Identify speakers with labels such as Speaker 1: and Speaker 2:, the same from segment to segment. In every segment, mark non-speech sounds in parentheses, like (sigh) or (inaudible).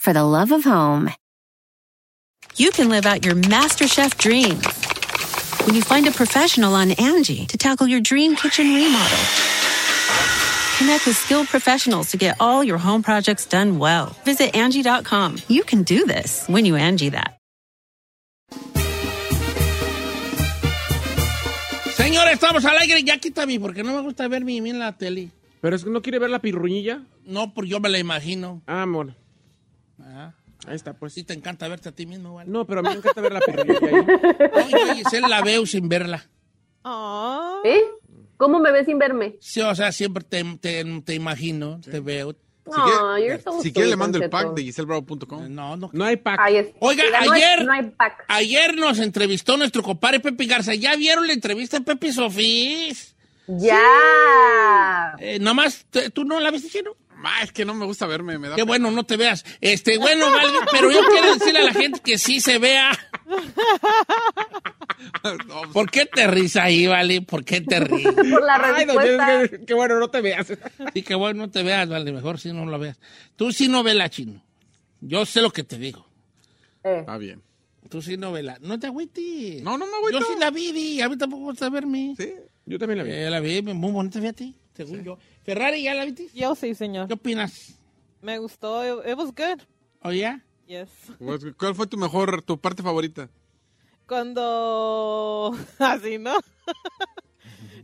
Speaker 1: for the love of home.
Speaker 2: You can live out your MasterChef dream when you find a professional on Angie to tackle your dream kitchen remodel. Connect with skilled professionals to get all your home projects done well. Visit Angie.com. You can do this when you Angie that.
Speaker 3: Señores, estamos al aire. Ya quítame, porque no me gusta ver mi, mi en la tele.
Speaker 4: Pero es que no quiere ver la pirruñilla.
Speaker 3: No, porque yo me la imagino.
Speaker 4: Ah, amor.
Speaker 3: Ajá.
Speaker 4: Ahí está, pues.
Speaker 3: Sí te encanta verte a ti mismo, ¿vale?
Speaker 4: No, pero a mí me encanta ver la pirruñilla. ahí.
Speaker 3: No, yo a Giselle la veo sin verla.
Speaker 5: ¿Eh? ¿Cómo me ves sin verme?
Speaker 3: Sí, o sea, siempre te, te- te imagino, te veo.
Speaker 6: Si
Speaker 5: Aw,
Speaker 6: quiere,
Speaker 5: you're so
Speaker 6: si quiere,
Speaker 5: sweet,
Speaker 6: le mando el
Speaker 5: Don
Speaker 6: pack
Speaker 5: Cheto.
Speaker 6: de giselbravo.com.
Speaker 3: No, no.
Speaker 4: No hay pack.
Speaker 5: Ahí es.
Speaker 3: Oiga,
Speaker 5: Mira, no hay-
Speaker 3: ayer-
Speaker 5: No hay, pack.
Speaker 3: Ayer nos entrevistó nuestro compadre Pepe Garza. ¿Ya vieron la entrevista a Pepe Sofís?
Speaker 5: ¡Ya!
Speaker 3: Eh, nomás, te- ¿tú no la viste, Chino?
Speaker 6: Ah, es que no me gusta verme, me da
Speaker 3: Qué bueno, no te veas. Este, bueno, vale, pero yo quiero decirle a la gente que sí se
Speaker 6: (laughs)
Speaker 3: vea.
Speaker 6: No, pues,
Speaker 3: ¿Por qué te ríes ahí, vale? ¿Por qué te
Speaker 6: (laughs)
Speaker 3: ríes?
Speaker 5: Por la
Speaker 4: Ay, don
Speaker 5: respuesta.
Speaker 4: Cheto, qué- qué bueno, no te veas.
Speaker 3: Sí, que bueno, no te veas, vale, mejor si no la veas. Tú sí no vela, Chino. Yo sé lo que te digo.
Speaker 5: Eh,
Speaker 6: Está bien.
Speaker 3: Tú sí no vela. No te agüites.
Speaker 6: No, no me agüito.
Speaker 3: Yo sí la vi, vi. A mí tampoco me gusta verme.
Speaker 6: Sí.
Speaker 4: Yo también la vi.
Speaker 3: Eh, la vi, muy bonita, fíjate, según yo. Ferrari, ¿ya la viste?
Speaker 7: Yo sí, señor.
Speaker 3: ¿Qué opinas?
Speaker 7: Me gustó. It, it was good.
Speaker 3: ¿Oye?
Speaker 7: Yes.
Speaker 6: Pues, ¿Cuál fue tu mejor, tu parte favorita?
Speaker 7: Cuando... (laughs) Así, ¿no?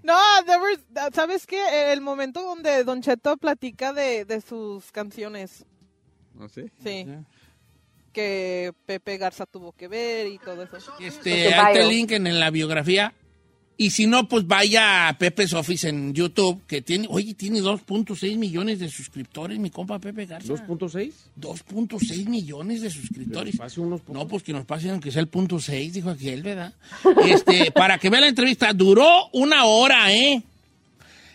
Speaker 7: No, there was, ¿sabes qué? E, El momento donde Don Cheto platica de, de sus canciones,
Speaker 6: ¿No sí?
Speaker 7: sí, que Pepe Garza tuvo que ver y todo eso.
Speaker 3: Este,
Speaker 5: Porque
Speaker 3: ahí te
Speaker 5: bailo.
Speaker 3: linken en la biografía. Y si no, pues vaya a Pepe's Office en YouTube, que tiene, oye, tiene 2.6 millones de suscriptores, mi compa Pepe Garza.
Speaker 4: 2.6.
Speaker 3: 2.6 millones de suscriptores.
Speaker 4: Hace unos pocos. (laughs)
Speaker 3: No, pues que nos pasen aunque sea el punto 6, dijo aquel, ¿verdad?
Speaker 7: (laughs)
Speaker 3: Este, para que vea la entrevista, duró una hora, ¿eh?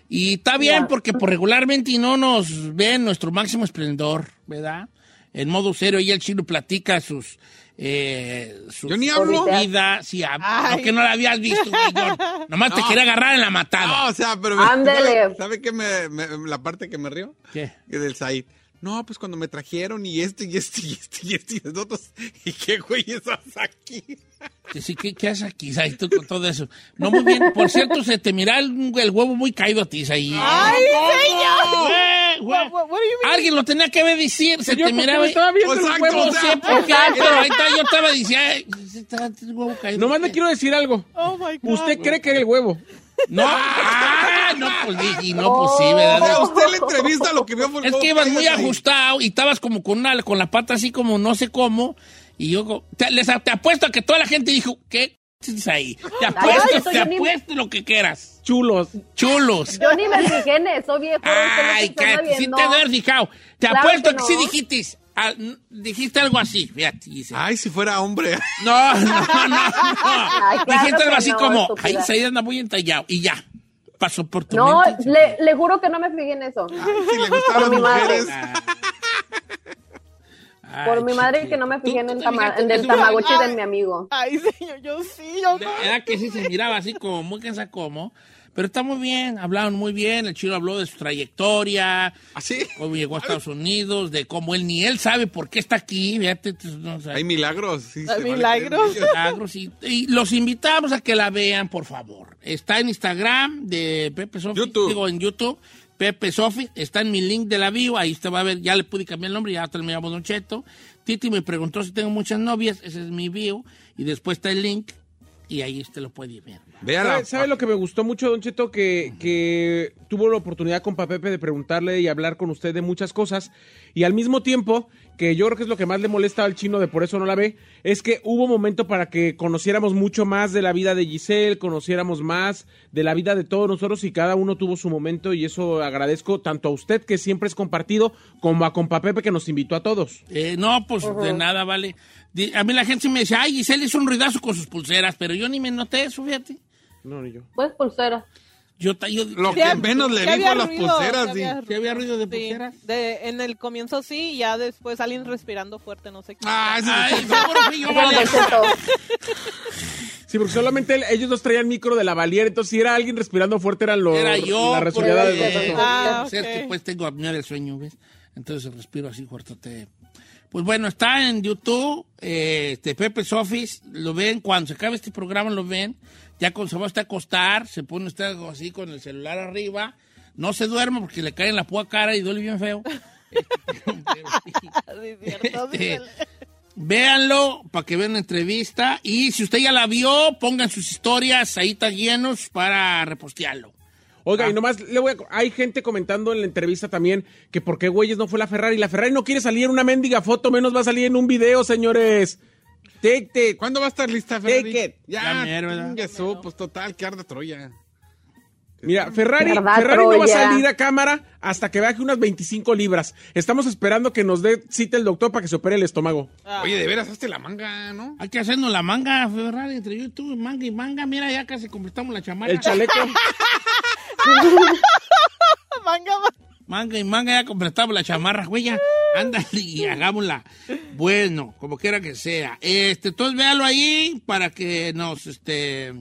Speaker 3: Y está bien porque pues, regularmente no nos ven nuestro máximo esplendor, ¿verdad? En modo serio, y el chino platica sus... eh, sus
Speaker 6: Yo ni hablo.
Speaker 3: vida, sí, hab-
Speaker 7: Ay.
Speaker 3: no, que no la habías visto, güey,
Speaker 7: (laughs)
Speaker 3: yo- Nomás te
Speaker 6: No.
Speaker 3: quería agarrar en la matada.
Speaker 6: Ah, No, o sea, pero...
Speaker 5: Ándele.
Speaker 6: ¿Sabe, sabe qué me, me- la parte que me río?
Speaker 3: ¿Qué?
Speaker 6: Que Del Said. No, pues cuando me trajeron y este, y este, y este, y este, y los otros. (laughs) ¿Y qué güey estás aquí?
Speaker 3: Que sí, ¿qué, qué haces aquí, Sai, tú con todo eso? No, muy bien. Por cierto, se te mira el, el huevo muy caído a ti, ahí.
Speaker 7: ¡Ay, señor!
Speaker 3: Güey, güey.
Speaker 7: What, what- what do you mean?
Speaker 3: Alguien lo tenía que decir, se
Speaker 4: Yo
Speaker 3: te
Speaker 4: porque
Speaker 3: miraba. Pues
Speaker 4: me
Speaker 3: ahí.
Speaker 4: estaba viendo los
Speaker 6: Exacto,
Speaker 4: huevos.
Speaker 3: No
Speaker 6: o sea,
Speaker 3: sé por qué, pero ahí está, yo estaba diciendo, ay, está el huevo caído.
Speaker 4: Nomás le quiero decir algo.
Speaker 7: Oh, my God.
Speaker 4: ¿Usted cree que era el huevo?
Speaker 3: No, ah, no, pues dije, y no, pues sí, ¿verdad?
Speaker 6: A usted le entrevista lo que vio por
Speaker 3: Es
Speaker 6: cómo
Speaker 3: que ibas muy
Speaker 6: caigas ahí.
Speaker 3: ajustado y estabas como con, una, con la pata así como no sé cómo. Y yo co- te, les, te apuesto a que toda la gente dijo, ¿qué es ahí? Te
Speaker 5: Ay,
Speaker 3: apuesto,
Speaker 5: soy
Speaker 3: te
Speaker 5: yo ni-
Speaker 3: apuesto lo que quieras.
Speaker 4: Chulos.
Speaker 3: Chulos.
Speaker 5: Yo ni me fijé en eso, viejo.
Speaker 3: Ay, cállate, sí te haber fijado. Te
Speaker 5: Claro
Speaker 3: apuesto
Speaker 5: que
Speaker 3: que
Speaker 5: no.
Speaker 3: sí dijiste, ah, n- dijiste algo así, fíjate. dice.
Speaker 6: Ay, si fuera hombre. (laughs)
Speaker 3: No, no, no,
Speaker 5: Ay,
Speaker 3: no.
Speaker 5: claro
Speaker 3: Dijiste algo
Speaker 5: que
Speaker 3: así
Speaker 5: no,
Speaker 3: como, ahí
Speaker 5: estúpida.
Speaker 3: se anda muy entallado y ya. Pasó por tu
Speaker 5: No,
Speaker 3: mente.
Speaker 5: le, le juro que no me fijé en eso.
Speaker 6: Si le gustaban las
Speaker 5: mi madre.
Speaker 6: mujeres.
Speaker 3: Ay,
Speaker 5: Por mi madre
Speaker 3: chiquito.
Speaker 5: que no me
Speaker 3: ¿Tú-
Speaker 5: fijé en
Speaker 3: tú
Speaker 5: el,
Speaker 3: te
Speaker 5: tama-
Speaker 3: fijaste
Speaker 5: en
Speaker 3: que
Speaker 5: el
Speaker 3: sí?
Speaker 5: tamagotchi de mi amigo.
Speaker 7: Ay, señor, yo sí, yo no.
Speaker 3: Era que sí se miraba así como muy cansado como, pero está muy bien, hablaron muy bien, el chino habló de su trayectoria,
Speaker 6: ¿Así?
Speaker 3: cómo llegó a Estados Unidos, de cómo él ni él sabe por qué está aquí, fíjate, tú no sabes.
Speaker 6: Hay milagros. Sí,
Speaker 7: Hay
Speaker 6: se vale
Speaker 7: milagros.
Speaker 6: creer.
Speaker 3: Milagros, y, y los invitamos a que la vean, por favor. Está en Instagram de Pepe Sofi.
Speaker 6: YouTube.
Speaker 3: Digo, en YouTube. Pepe Sofi. Está en mi link de la bio. Ahí usted va a ver. Ya le pude cambiar el nombre. Ya también me llamo Don Cheto. Titi me preguntó si tengo muchas novias. Ese es mi bio. Y después está el link. Y ahí usted lo puede ver.
Speaker 6: (laughs) Véala.
Speaker 4: ¿Sabe, sabe lo que me gustó mucho, Don Cheto? Que, que tuvo la oportunidad con Papepe de preguntarle y hablar con usted de muchas cosas. Y al mismo tiempo que yo creo que es lo que más le molesta al chino de por eso no la ve, es que hubo momento para que conociéramos mucho más de la vida de Giselle, conociéramos más de la vida de todos nosotros y cada uno tuvo su momento y eso agradezco tanto a usted que siempre es compartido como a compa Pepe que nos invitó a todos.
Speaker 3: Eh, no, pues de nada, vale. Di- A mí la gente sí me dice, ay, Giselle hizo un ruidazo con sus pulseras, pero yo ni me noté eso, fíjate.
Speaker 4: No, ni yo.
Speaker 5: Pues pulsera.
Speaker 3: Yo, ta- yo
Speaker 6: Lo
Speaker 7: Sí,
Speaker 6: que menos le
Speaker 7: sí
Speaker 6: vi
Speaker 7: había
Speaker 6: fue las
Speaker 7: ruido,
Speaker 6: pulseras.
Speaker 7: sí
Speaker 6: sí.
Speaker 7: había
Speaker 3: ¿Sí había ruido de
Speaker 7: Sí,
Speaker 3: pulseras?
Speaker 7: de- en el comienzo sí, y ya después alguien respirando fuerte, no sé qué.
Speaker 6: Ah,
Speaker 7: (laughs)
Speaker 6: ese-
Speaker 3: Ay, seguro fui yo,
Speaker 5: Como
Speaker 3: vale.
Speaker 5: Don Cheto.
Speaker 4: Sí, porque solamente el- ellos dos traían micro de la valier, entonces si era alguien respirando fuerte eran los
Speaker 3: Era yo,
Speaker 4: la resollada
Speaker 5: porque-
Speaker 4: de
Speaker 3: Eh,
Speaker 7: Ah,
Speaker 3: ser que,
Speaker 7: ok.
Speaker 3: pues tengo apnea del sueño, ¿ves? Entonces respiro así, fuertote. Pues bueno, está en YouTube, eh, este, Pepe's Office, lo ven, cuando se acabe este programa lo ven, ya cuando se va usted a acostar, se pone usted así con el celular arriba, no se duerme porque le cae en la púa cara y duele bien
Speaker 7: (laughs)
Speaker 3: feo.
Speaker 7: Sí, cierto,
Speaker 3: (laughs) Este,
Speaker 7: dísele.
Speaker 3: Véanlo para que vean la entrevista y si usted ya la vio, pongan sus historias ahí tan llenos para repostearlo.
Speaker 4: Oiga,
Speaker 3: Ah.
Speaker 4: y nomás le voy a... Hay gente comentando en la entrevista también que por qué güeyes no fue la Ferrari. La Ferrari no quiere salir en una mendiga foto, menos va a salir en un video, señores. Take, take.
Speaker 6: ¿Cuándo va a estar lista, Ferrari?
Speaker 4: Take it.
Speaker 3: Ya
Speaker 6: Ya,
Speaker 3: mero, ¿verdad?
Speaker 6: ya pues total, que arda Troya.
Speaker 4: Mira, Ferrari,
Speaker 5: Verdad,
Speaker 4: Ferrari no va a
Speaker 5: Troya.
Speaker 4: salir a cámara hasta que baje unas 25 libras. Estamos esperando que nos dé cita el doctor para que se opere el estómago.
Speaker 7: Ah.
Speaker 6: Oye, de veras, hazte la manga, ¿no?
Speaker 3: Hay que hacernos la manga, Ferrari, entre yo y tú, manga y manga. Mira, ya casi completamos la chamarra.
Speaker 4: El chaleco.
Speaker 7: Manga, ma-
Speaker 3: Manga y manga, ya completamos la chamarra, güey, ya. Ándale
Speaker 4: (laughs)
Speaker 3: y hagámosla. Bueno, como quiera que sea. Este, entonces véalo ahí para que nos, este...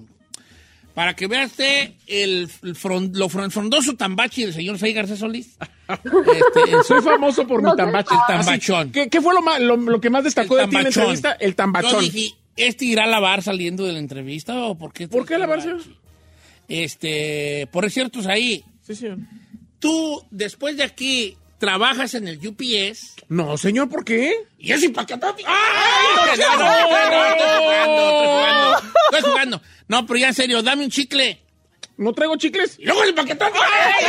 Speaker 3: Para que vea usted el, el fron- lo fron- frondoso tambachi del señor Sey Garcés
Speaker 4: (laughs)
Speaker 3: Solís. Este, el-
Speaker 4: Soy famoso por mi
Speaker 5: No,
Speaker 4: tambache. Ah,
Speaker 3: el tambachón.
Speaker 4: ¿Qué, qué fue lo, más, lo, lo que más destacó de ti en la
Speaker 3: tambachón.
Speaker 4: entrevista? El tambachón.
Speaker 3: Yo dije, ¿este irá a lavar saliendo de la entrevista o por qué?
Speaker 4: ¿Por qué lavarse?
Speaker 3: Este, por cierto, ahí,
Speaker 4: Sí, señor.
Speaker 3: tú después de aquí trabajas en el UPS
Speaker 4: No, señor, ¿por qué?
Speaker 3: y es impactante. ¡Ay! No, no, no, no, estoy jugando, estoy jugando, estoy jugando. No, pero ya en serio, dame un chicle.
Speaker 4: ¿No traigo chicles?
Speaker 3: Y luego el empaquetante. ¡Ay!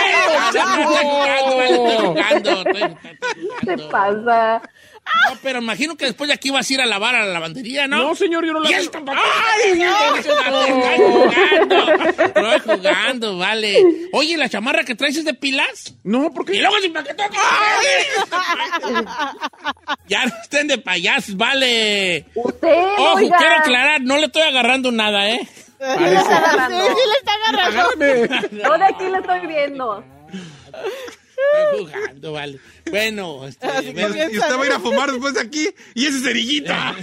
Speaker 3: Estoy jugando, vale, estoy jugando, estoy
Speaker 5: ¿Qué te
Speaker 3: jugando.
Speaker 5: pasa?
Speaker 3: No, pero imagino que después de aquí vas a ir a lavar a la lavandería, ¿no?
Speaker 4: No, señor, yo no la
Speaker 3: Y
Speaker 4: Ah.
Speaker 3: es tampoco- ¡Ay, no! Estoy jugando, estoy jugando, vale. Oye, ¿la chamarra que traes es de pilas?
Speaker 4: No, ¿por
Speaker 3: Y
Speaker 4: qué?
Speaker 3: luego se empaquetó. ¡Ay! Ya no estén de payasos, vale.
Speaker 5: Usted,
Speaker 3: Ojo,
Speaker 5: oiga.
Speaker 3: quiero aclarar, no le estoy agarrando nada, ¿eh?
Speaker 7: Sí, sí le está agarrando.
Speaker 4: Agárrame.
Speaker 5: Yo de aquí le estoy viendo.
Speaker 3: Estoy jugando, vale. Bueno, este,
Speaker 4: Ah,
Speaker 6: Y,
Speaker 3: bueno,
Speaker 6: y usted va a ir a fumar después de aquí y ese cerillita.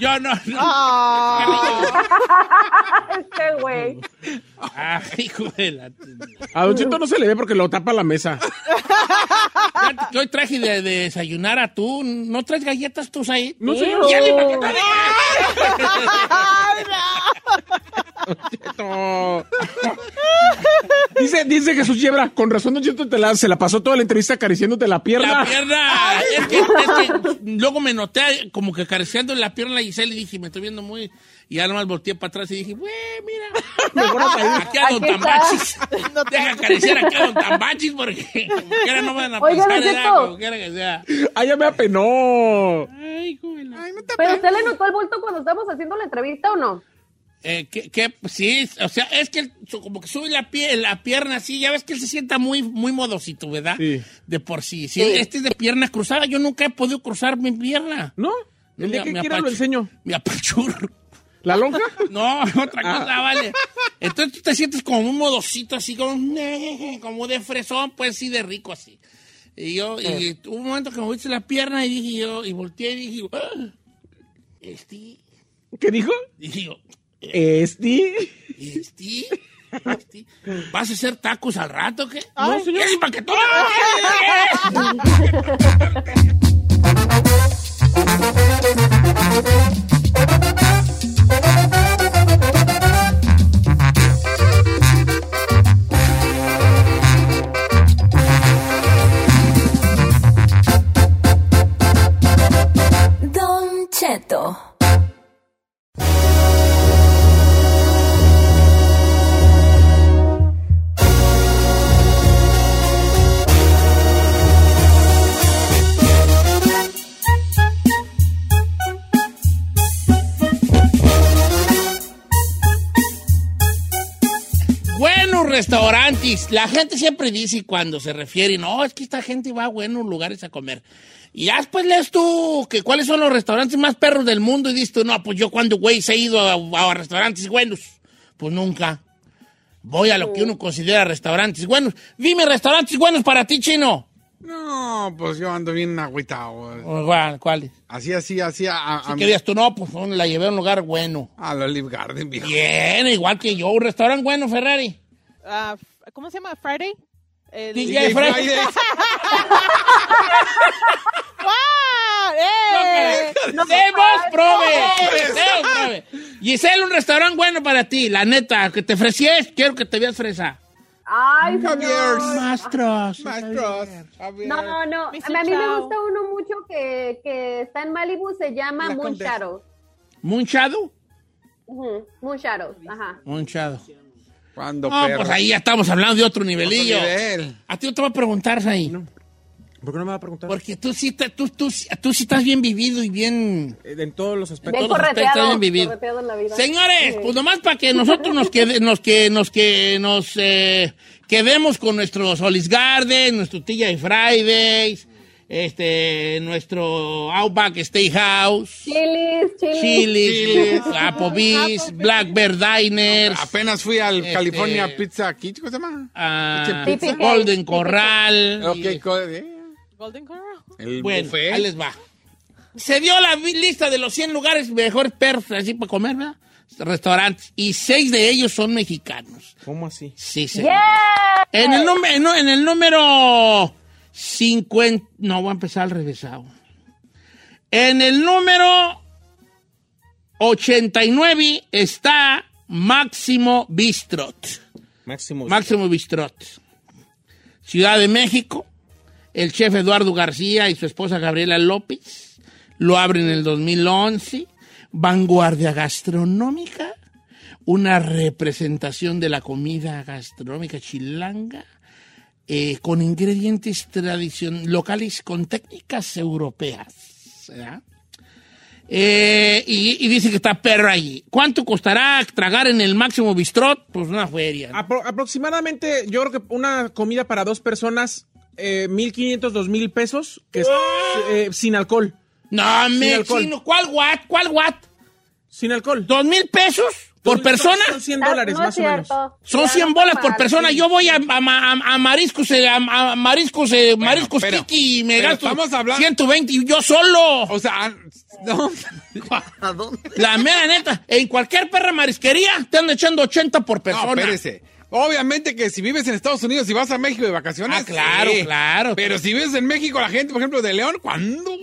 Speaker 3: yo no. no.
Speaker 7: Ah.
Speaker 5: Este güey.
Speaker 3: Ay, hijo de la tienda.
Speaker 4: (laughs) A Don Cheto no se le ve porque lo tapa la mesa.
Speaker 3: Fíjate que Hoy traje de, de desayunar a tú. ¿No traes galletas tú, ahí?
Speaker 4: No, señor.
Speaker 3: ¡Ya le empaquetó! ¡Ay!
Speaker 4: No. (laughs) Dice, dice Jesús Yebra, con razón Don Cheto te la, se la pasó toda la entrevista acariciándote la pierna.
Speaker 3: La pierna. Es que, es que luego me noté como que acariciando la pierna a la Giselle y dije, me estoy viendo muy. Y ya nomás volteé para atrás y dije, güey, mira.
Speaker 4: Mejor hasta ahí.
Speaker 3: Aquí a Don
Speaker 5: Aquí está.
Speaker 3: Tambachis.
Speaker 7: No te-
Speaker 3: Deja acariciar aquí a Don Tambachis porque como quiera no van a
Speaker 5: Oiga,
Speaker 3: pasar
Speaker 5: Don
Speaker 3: ¿verdad?
Speaker 5: Cheto.
Speaker 3: como quiera que sea.
Speaker 4: (laughs) Ah, ya me apenó.
Speaker 3: Ay, joven. Ay, no te...
Speaker 5: Pero usted le notó el bulto cuando estábamos haciendo la entrevista o no?
Speaker 3: eh, que, que, sí, o sea, es que él su- como que sube la, pie, la pierna así, ya ves que él se sienta muy, muy modosito, ¿verdad?
Speaker 4: Sí.
Speaker 3: De por sí. sí. Este es de pierna cruzada, yo nunca he podido cruzar mi pierna.
Speaker 4: ¿No? El día
Speaker 3: Me-
Speaker 4: que
Speaker 3: me
Speaker 4: quiera lo
Speaker 3: apachu-
Speaker 4: enseño.
Speaker 3: Me apachurro. (laughs)
Speaker 4: ¿La lonja? (laughs)
Speaker 3: No, otra
Speaker 4: Ah.
Speaker 3: cosa, vale. Entonces tú te sientes como un modosito así, como, un- como de fresón, pues sí, de rico así. Y yo, y hubo un momento que me hice la pierna y dije yo, y volteé y dije, "Ah, este,
Speaker 4: ¿Qué dijo?
Speaker 3: dije yo,
Speaker 4: Este.
Speaker 3: este, este, ¿vas a hacer tacos al rato qué?
Speaker 4: No, señor.
Speaker 3: ¡Es (laughs) empaquetón!
Speaker 8: Don Cheto.
Speaker 3: restaurantes. La gente siempre dice cuando se refiere, no, es que esta gente va a buenos lugares a comer. Y ya después lees tú que cuáles son los restaurantes más perros del mundo y dices tú, no, pues yo cuando, güey, se he ido a, a restaurantes buenos. Pues nunca. Voy a lo que uno considera restaurantes buenos. Dime restaurantes buenos para ti, chino.
Speaker 6: No, pues yo ando bien agüitado.
Speaker 3: O, ¿Cuál? ¿Cuál?
Speaker 6: Así, así, así. A, a-
Speaker 3: Si
Speaker 6: a-
Speaker 3: querías tú, no, pues la llevé a un lugar bueno.
Speaker 6: al Olive Garden, viejo.
Speaker 3: Bien, igual que yo, un restaurante bueno, Ferrari.
Speaker 7: Ah, f- ¿Cómo se llama? ¿Friday? El-
Speaker 3: DJ Friday.
Speaker 5: (laughs)
Speaker 7: ¡Ah! ¡Eh!
Speaker 3: ¡Demos prove! ¡Demos prove! Giselle, un restaurante bueno para ti, la neta, que te ofrecies, quiero que te veas fresa.
Speaker 5: Ay, señor.
Speaker 6: Javier.
Speaker 3: Mastros.
Speaker 6: Maestros. Javier.
Speaker 5: No, pues no. A mí
Speaker 7: Mr.
Speaker 5: me
Speaker 7: Chao.
Speaker 5: gusta uno mucho que, que está en Malibu, se llama
Speaker 6: La
Speaker 5: Moon
Speaker 6: Condesa.
Speaker 5: Shadow.
Speaker 3: ¿Munchado?
Speaker 5: Ujú, Moon Shadow, ajá.
Speaker 3: Munchado.
Speaker 6: Cuando
Speaker 3: No,
Speaker 6: perro.
Speaker 3: pues ahí ya estamos hablando de otro nivelillo.
Speaker 6: Otro nivel.
Speaker 3: A ti no te va a preguntar, ahí.
Speaker 4: ¿Por qué no me va a preguntar?
Speaker 3: Porque tú sí, te- tú, tú, sí- tú sí estás bien vivido y bien...
Speaker 4: Eh, En todos los aspectos.
Speaker 5: Bien
Speaker 3: todos los aspectos
Speaker 5: correteado,
Speaker 3: bien vivido.
Speaker 5: correteado en la vida.
Speaker 3: Señores,
Speaker 5: Sí.
Speaker 3: pues nomás para que nosotros nos, quede- nos, que, nos, que, nos eh, quedemos con nuestros Olis Garden, nuestro Tilla y Fridays, este, nuestro Outback Stay House,
Speaker 5: Chilis, chilis.
Speaker 3: Chili's, Applebee's, Black Bear Diners,
Speaker 6: Apenas fui al
Speaker 3: Este-
Speaker 6: California Pizza aquí, ¿cómo se llama?
Speaker 3: ah,
Speaker 5: Pizza.
Speaker 3: Golden Corral.
Speaker 6: Ok, co- eh,
Speaker 7: Golden Girl.
Speaker 6: El
Speaker 3: Bueno,
Speaker 6: buffet.
Speaker 3: ahí les va. Se dio la vi- lista de los 100 lugares mejor perros así para comer, ¿verdad? Restaurantes. Y seis de ellos son mexicanos.
Speaker 4: ¿Cómo así?
Speaker 3: Sí, sí.
Speaker 5: Yeah.
Speaker 3: En el, número- en, en el número 50. No, voy a empezar al revésado. En el número 89 está Máximo Bistrot.
Speaker 4: Máximo.
Speaker 3: Máximo Bistrot. Ciudad de México. El chef Eduardo García y su esposa Gabriela López lo abren en el 2011. Vanguardia gastronómica. Una representación de la comida gastronómica chilanga eh, con ingredientes tradicion- locales con técnicas europeas. ¿verdad? Eh, y, y dice que está perro allí. ¿Cuánto costará tragar en el máximo bistrot? Pues una feria. ¿no?
Speaker 4: Apro- aproximadamente, yo creo que una comida para dos personas, eh, 1.500, 2.000 pesos, que es eh, sin alcohol.
Speaker 3: No, me
Speaker 4: alcohol.
Speaker 3: chino, ¿cuál what? ¿Cuál what?
Speaker 4: Sin alcohol.
Speaker 3: ¿Dos mil pesos por
Speaker 4: Son-
Speaker 3: persona?
Speaker 4: Son 100
Speaker 5: Ah,
Speaker 4: dólares,
Speaker 5: no es
Speaker 4: más o menos.
Speaker 5: cierto.
Speaker 3: Son
Speaker 5: Ya
Speaker 3: 100
Speaker 5: no
Speaker 3: bolas
Speaker 5: está
Speaker 3: por
Speaker 5: mal.
Speaker 3: persona. Yo voy a, a, ma- a- a mariscos, eh, a, a- a mariscos, eh, mariscos
Speaker 6: pero-
Speaker 3: Kiki y me
Speaker 6: pero
Speaker 3: gasto
Speaker 6: estamos hablando-
Speaker 3: 120 y yo solo.
Speaker 6: O sea, ah,
Speaker 3: (laughs)
Speaker 6: no. ¿A dónde?
Speaker 3: La mera neta, en cualquier perra marisquería te andan echando 80 por persona.
Speaker 6: No, espérese. Obviamente que si vives en Estados Unidos y vas a México de vacaciones.
Speaker 3: Ah, claro, claro.
Speaker 6: Pero si vives en México, la gente, por ejemplo, de León, ¿cuándo, güey?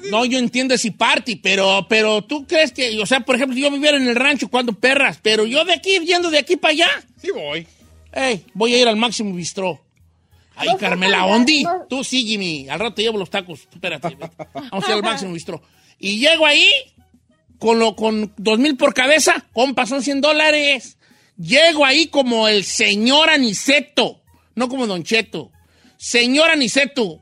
Speaker 6: Así-
Speaker 3: No, yo entiendo ese party, pero, pero tú crees que, o sea, por ejemplo, si yo viviera en el rancho, cuando perras? Pero yo de aquí, yendo de aquí para allá,
Speaker 6: Sí voy.
Speaker 3: Ey, voy a ir al máximo bistró. Ay,
Speaker 5: No,
Speaker 3: Carmela
Speaker 5: no,
Speaker 3: Ondi.
Speaker 5: no.
Speaker 3: Tú sí, Jimmy. Al rato te llevo los tacos. Tú Espérate. vete. Vamos a ir al máximo bistró. Y llego ahí con lo con dos mil por cabeza. Compa, son 100 dólares. Llego ahí como el señor Aniceto. No como Don Cheto. Señor Aniceto.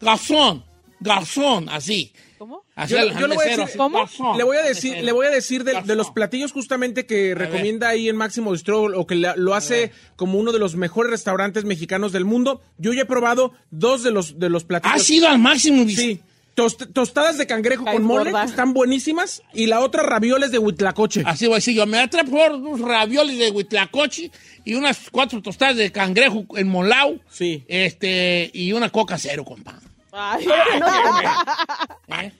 Speaker 3: Garzón. Garzón. Así.
Speaker 7: ¿Cómo?
Speaker 3: Así
Speaker 4: Yo,
Speaker 3: al-
Speaker 4: yo
Speaker 3: al
Speaker 4: le voy a
Speaker 3: mesero,
Speaker 4: decir,
Speaker 3: así,
Speaker 7: ¿Cómo?
Speaker 3: garzón,
Speaker 4: Le voy a
Speaker 3: al
Speaker 4: decir,
Speaker 3: mesero.
Speaker 4: le voy a decir de, de los
Speaker 3: Garzón.
Speaker 4: platillos justamente que recomienda ahí en Máximo Bistro o que la- lo hace como uno de los mejores restaurantes mexicanos del mundo. Yo ya he probado dos de los de los platillos.
Speaker 3: ¿Has ido al máximo bistró?
Speaker 4: Sí. Tost- tostadas de cangrejo
Speaker 7: Ay,
Speaker 4: con mole,
Speaker 7: gorda.
Speaker 4: que están buenísimas, y la otra ravioles de huitlacoche.
Speaker 6: Ah.
Speaker 3: Así voy a decir yo, me atrapo unos ravioles de huitlacoche y unas cuatro tostadas de cangrejo en molao.
Speaker 4: Sí.
Speaker 3: Este, y una coca cero, compa.
Speaker 7: Ay,
Speaker 3: ¿Eh?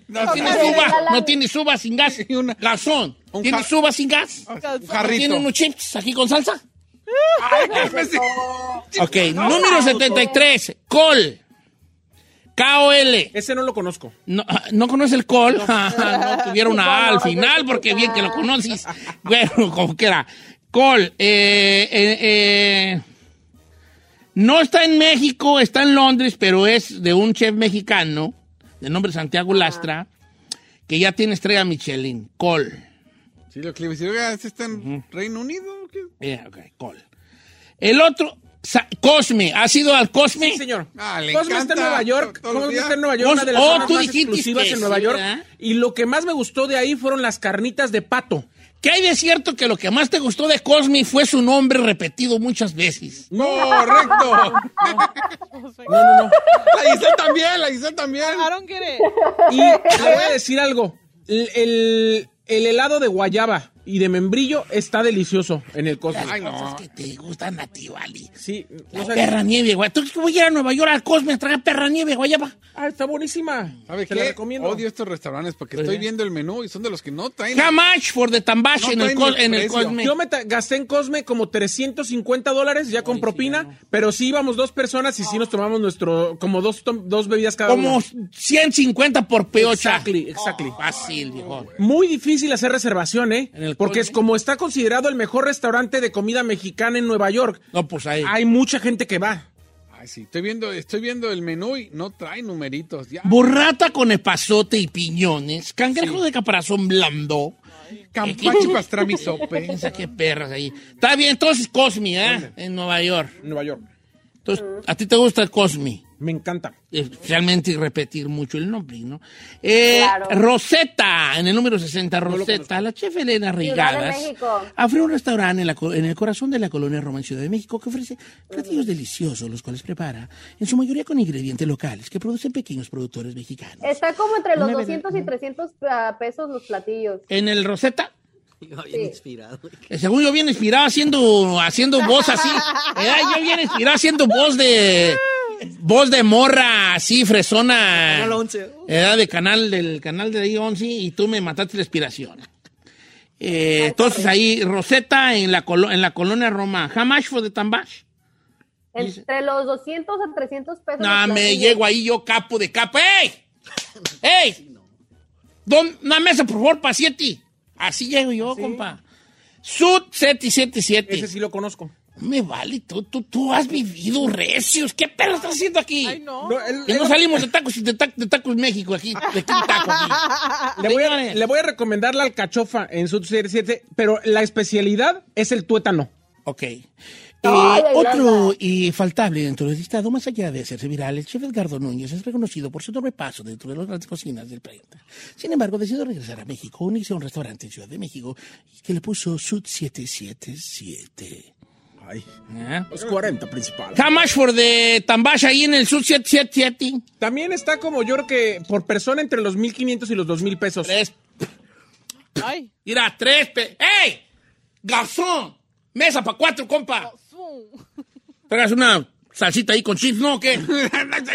Speaker 3: No, tiene uva, no tiene uva sin gas.
Speaker 6: Y una-
Speaker 3: Garzón,
Speaker 6: un
Speaker 3: ¿tiene
Speaker 6: jar-
Speaker 3: uva sin gas?
Speaker 6: Un
Speaker 3: ¿No ¿Tiene
Speaker 6: jarrito.
Speaker 3: unos chips aquí con salsa?
Speaker 6: Ay, cálmese.
Speaker 3: Ok, número 73, col. K-O-L.
Speaker 4: Ese no lo conozco.
Speaker 3: No, ah, no conoce el col. (laughs) No, tuviera una A al
Speaker 5: No, no,
Speaker 3: final, porque
Speaker 5: no.
Speaker 3: bien que lo conoces. (laughs) Bueno, como que era. Col. eh, eh, eh, no está en México, está en Londres, pero es de un chef mexicano, de nombre Santiago Lastra, que ya tiene estrella Michelin. Col.
Speaker 6: Sí, lo que le iba a decir, oiga, ¿este está en Reino Unido? o qué?
Speaker 3: Eh, ok, col. El otro, Sa- Cosme, ¿has ido al Cosme?
Speaker 4: Sí, señor.
Speaker 6: Ah, le
Speaker 4: Cosme está este en
Speaker 6: encanta.
Speaker 4: Nueva York.
Speaker 6: Todos los
Speaker 4: Cosme
Speaker 6: días.
Speaker 4: está este en Nueva York,
Speaker 3: Cos-
Speaker 4: una de las
Speaker 3: Oh,
Speaker 4: zonas
Speaker 3: tú
Speaker 4: más
Speaker 3: dijiste
Speaker 4: exclusivas
Speaker 3: que
Speaker 4: en Nueva
Speaker 3: sí,
Speaker 4: York.
Speaker 3: ¿verdad?
Speaker 4: Y lo que más me gustó de ahí fueron las carnitas de pato.
Speaker 3: ¿Qué hay de cierto que lo que más te gustó de Cosme fue su nombre repetido muchas veces?
Speaker 6: ¡Correcto!
Speaker 4: No, no, no.
Speaker 6: La Giselle también, la Giselle también.
Speaker 7: I don't get it.
Speaker 4: Y le voy a decir algo. El, el- el helado de guayaba y de membrillo está delicioso en el Cosme.
Speaker 6: Ay,
Speaker 3: Cosas
Speaker 6: no.
Speaker 3: que te gustan a ti, Vali.
Speaker 4: Sí,
Speaker 3: La
Speaker 4: no sé.
Speaker 3: perra nieve, güey. ¿Tú que voy a ir a Nueva York al Cosme a traer perra nieve, güey? Ya va.
Speaker 4: Ah, está buenísima.
Speaker 6: ¿Sabe qué?
Speaker 4: Te la recomiendo.
Speaker 6: Odio estos restaurantes porque estoy viendo el menú y son de los que no traen.
Speaker 3: How much for the tambash
Speaker 6: No
Speaker 3: en, el
Speaker 6: traen
Speaker 3: cos-
Speaker 6: ni
Speaker 3: en el
Speaker 6: precio.
Speaker 3: Cosme?
Speaker 4: Yo me ta- gasté en Cosme como 350 dólares ya con propina, pero sí íbamos dos personas y sí nos tomamos nuestro, como dos, tom- dos bebidas cada
Speaker 3: Como (laughs) Oh.
Speaker 4: uno.
Speaker 3: 150 por peocha.
Speaker 4: Exactly, exactly.
Speaker 3: Fácil, viejo.
Speaker 4: Muy difícil hacer reservación, ¿eh?
Speaker 3: En el
Speaker 4: Porque es
Speaker 3: Cosme.
Speaker 4: como está considerado el mejor restaurante de comida mexicana en Nueva York.
Speaker 3: No, pues ahí.
Speaker 4: Hay mucha gente que va.
Speaker 6: Ay, sí, estoy viendo, estoy viendo el menú y no trae numeritos. Ya.
Speaker 3: Borrata con epazote y piñones. Cangrejo de caparazón blando.
Speaker 6: Campachi pastrami sope.
Speaker 3: Piensa qué perras ahí. Está bien, entonces Cosme, ¿ah? En Nueva York.
Speaker 4: en Nueva York.
Speaker 3: Entonces, ¿a ti te gusta el Cosme?
Speaker 4: Me encanta.
Speaker 3: Especialmente y eh, repetir mucho el nombre, ¿no? Eh,
Speaker 5: Claro.
Speaker 3: Rosetta, en el número 60, Rosetta, la chef Elena
Speaker 5: Ciudad de
Speaker 3: Rigadas,
Speaker 5: México.
Speaker 3: abrió un restaurante en, la co- en el corazón de la colonia Roma en Ciudad de México que ofrece platillos deliciosos, los cuales prepara en su mayoría con ingredientes locales que producen pequeños productores mexicanos.
Speaker 5: Está como entre los
Speaker 3: Una
Speaker 5: 200 y 300 ah, pesos los platillos.
Speaker 3: En el Rosetta,
Speaker 8: Bien inspirado.
Speaker 3: Eh, Según yo bien inspirado haciendo, haciendo voz así. Eh, yo bien inspirado haciendo voz de voz de morra así, fresona.
Speaker 8: Canal 11.
Speaker 3: Edad de canal, del canal de ahí 11 y tú me mataste la inspiración. Eh, entonces ahí, Rosetta en la, colo- en la colonia Roma. How much for the tambash?
Speaker 5: Entre los 200 a 300 pesos.
Speaker 3: No,
Speaker 5: los
Speaker 3: me
Speaker 5: platillos.
Speaker 3: llego ahí yo capo de capo. ¡Ey! ¡Ey! Don, una mesa, por favor, pa' siete. Así llego yo, compa. Sud 777.
Speaker 4: Ese sí lo conozco.
Speaker 3: Me vale, tú, tú, tú has vivido recios. ¿Qué perro estás haciendo aquí?
Speaker 7: Ay, no.
Speaker 4: No, el-
Speaker 3: Oh. Que no salimos de tacos y de, ta- de tacos México aquí. De aquí
Speaker 4: (laughs)
Speaker 3: taco aquí.
Speaker 4: le, voy a,
Speaker 3: Señores.
Speaker 4: le voy a recomendar la alcachofa en Sud 7, pero la especialidad es el tuétano.
Speaker 3: Ok. Eh,
Speaker 5: Ay, ay,
Speaker 3: otro y faltable dentro del listado, más allá de hacerse viral, el chef Edgardo Núñez es reconocido por su doble paso dentro de las grandes cocinas del planeta. Sin embargo, decidió regresar a México, unirse a un restaurante en Ciudad de México que le puso Sud 777.
Speaker 4: Ay,
Speaker 3: ¿Ah?
Speaker 4: los 40 principal.
Speaker 3: How much for the tambash ahí en el Sud 777?
Speaker 4: También está como yo creo que por persona entre los 1500 y los 2000 pesos.
Speaker 3: Tres
Speaker 7: Ay.
Speaker 3: Mira, tres. Pe ¡Ey! ¡Garzón! Mesa para cuatro, compa.
Speaker 7: su.
Speaker 3: Traigas una salsita ahí con chips, ¿no? ¿O ¿Qué?
Speaker 4: (laughs)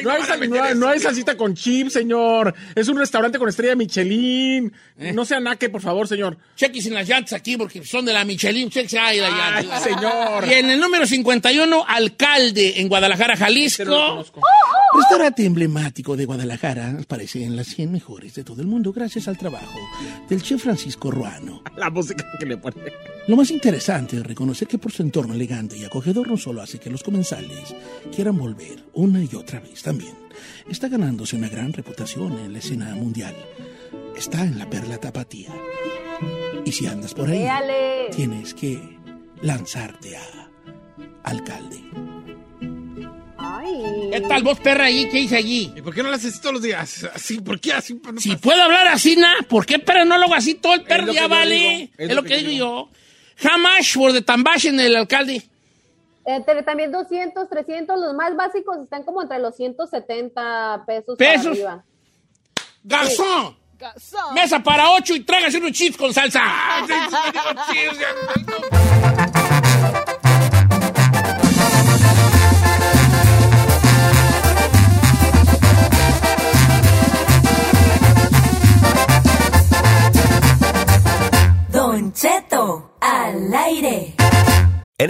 Speaker 4: No hay, sal- no hay- no hay salsita con chip, señor. Es un restaurante con estrella Michelin.
Speaker 3: Eh.
Speaker 4: No sea naque, por favor, señor.
Speaker 3: Chequis en las llantas aquí porque son de la Michelin. Chequis ahí la
Speaker 4: Ay,
Speaker 3: llanta.
Speaker 4: señor.
Speaker 3: Y en el número 51, alcalde en Guadalajara,
Speaker 4: Este no lo
Speaker 3: Jalisco.
Speaker 4: conozco.
Speaker 3: Restaurante emblemático de Guadalajara aparece en las 100 mejores de todo el mundo gracias al trabajo del chef Francisco Ruano.
Speaker 4: La música que le pone.
Speaker 3: Lo más interesante es reconocer que por su entorno elegante y acogedor no solo hace que los comensales quieran volver una y otra vez también. Está ganándose una gran reputación en la escena mundial. Está en la perla tapatía. Y si andas por ahí,
Speaker 5: Véale.
Speaker 3: tienes que lanzarte a alcalde.
Speaker 5: Ay.
Speaker 3: ¿Qué tal vos, perra, ahí? ¿Qué hice allí?
Speaker 6: ¿Y por qué no las haces todos los días? Así, ¿por qué así? pues, No
Speaker 3: Si
Speaker 6: pasa.
Speaker 3: puedo hablar así, na, ¿por qué perra no lo hago así todo el
Speaker 4: Es
Speaker 3: perro
Speaker 4: lo
Speaker 3: ya
Speaker 4: que yo
Speaker 3: vale?
Speaker 4: digo,
Speaker 3: Es, lo, que, digo yo. Jamás por de tambash en el alcalde.
Speaker 5: Entre también 200, 300, los más básicos están como entre los 170 pesos.
Speaker 3: ¿Pesos?
Speaker 5: ¿Pesos? Arriba.
Speaker 3: ¡Garzón!
Speaker 7: Gazón.
Speaker 3: Mesa para ocho y tráigase unos chips con salsa.
Speaker 9: Don Cheto, al aire.
Speaker 10: En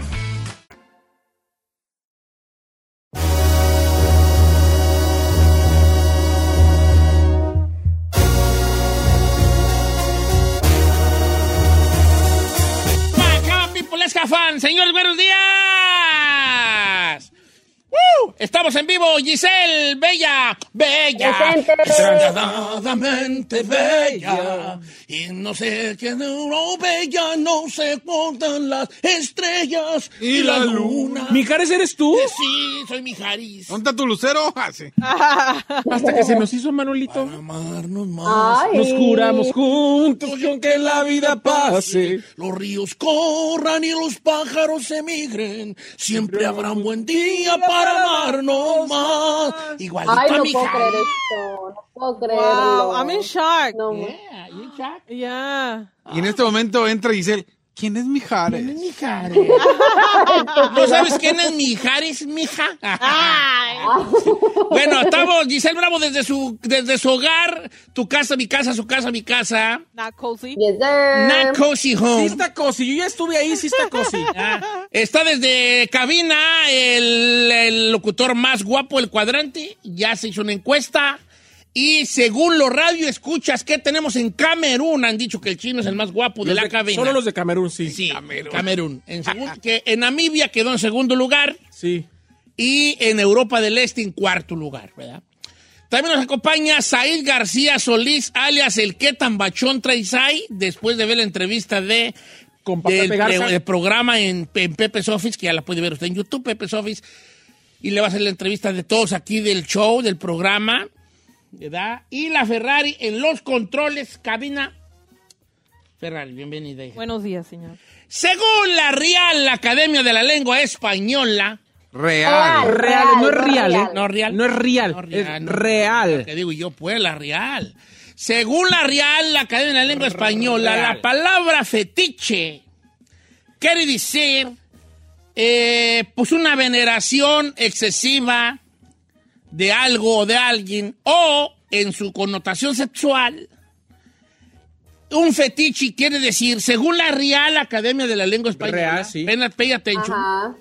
Speaker 3: Acá, Pipulesca Fan. pues, Señores, buenos días. ¡Woo! Estamos en vivo, Giselle, bella, bella.
Speaker 5: Presente.
Speaker 3: Extravagantamente bella. Y no sé qué de una bella, no se cortan las estrellas y, la luna.
Speaker 4: ¿Mi Cares eres tú?
Speaker 3: Sí, soy Mijaris.
Speaker 6: ¿Dónde está tu lucero? Ah, sí.
Speaker 4: Hasta que se nos hizo Manolito.
Speaker 3: Amarnos más.
Speaker 5: Ay.
Speaker 4: Nos curamos juntos y aunque la vida pase.
Speaker 3: Los ríos corran y los pájaros emigren. Siempre habrá un buen día para amarnos más. Igualito
Speaker 5: Ay,
Speaker 3: a
Speaker 5: no
Speaker 3: mi
Speaker 5: puedo creer
Speaker 3: Jari.
Speaker 5: esto. No puedo creerlo.
Speaker 7: Wow, I'm in shock.
Speaker 5: No, ma-
Speaker 3: Yeah, you Jack.
Speaker 7: Yeah.
Speaker 6: Y en este momento entra Giselle. ¿Quién es Mijares?
Speaker 3: Mi Jari. ¿No sabes quién es mi Jaris, mija? bueno, estamos Giselle Bravo desde su, desde su hogar. Tu casa, mi casa, su casa, mi casa.
Speaker 7: Not cozy.
Speaker 5: Yes, sir.
Speaker 3: Not cozy
Speaker 4: Eh. Sí
Speaker 3: home.
Speaker 4: está cosi, yo ya estuve ahí, sí está cosi.
Speaker 3: Ah, Está desde cabina el, el locutor más guapo del cuadrante. Ya se hizo una encuesta. Y según los radio escuchas que tenemos en Camerún, han dicho que el chino es el más guapo de la cabina.
Speaker 4: pues, Solo los de Camerún, sí.
Speaker 3: Sí, Camerún. En, segun- que en Namibia quedó en segundo lugar
Speaker 4: Sí.
Speaker 3: y en Europa del Este en cuarto lugar, ¿verdad? También nos acompaña Said García Solís, alias el que tambachón Traizai, después de ver la entrevista de
Speaker 4: Con Papá
Speaker 3: del-
Speaker 4: Garza.
Speaker 3: de- del programa en, en Pepe's Office, que ya la puede ver usted en YouTube, Pepe's Office, y le va a hacer la entrevista de todos aquí del show, del programa, ¿verdad? Y la Ferrari en los controles, cabina. Ferrari, bienvenida. hija.
Speaker 7: Buenos días, señor.
Speaker 3: Según la Real Academia de la Lengua Española,
Speaker 5: Ah.
Speaker 6: Real.
Speaker 4: Real, no es real, ¿eh?
Speaker 3: Ah, no real.
Speaker 4: No es real, es real.
Speaker 3: ¿Qué digo yo? Pues la real. Según la real, la Academia de la Lengua Española,
Speaker 4: Real.
Speaker 3: la palabra fetiche quiere decir eh, pues una veneración excesiva de algo o de alguien o en su connotación sexual. Un fetiche quiere decir, según la Real Academia de la Lengua Española,
Speaker 4: Real, sí.
Speaker 3: pen- pay attention,
Speaker 5: Ajá.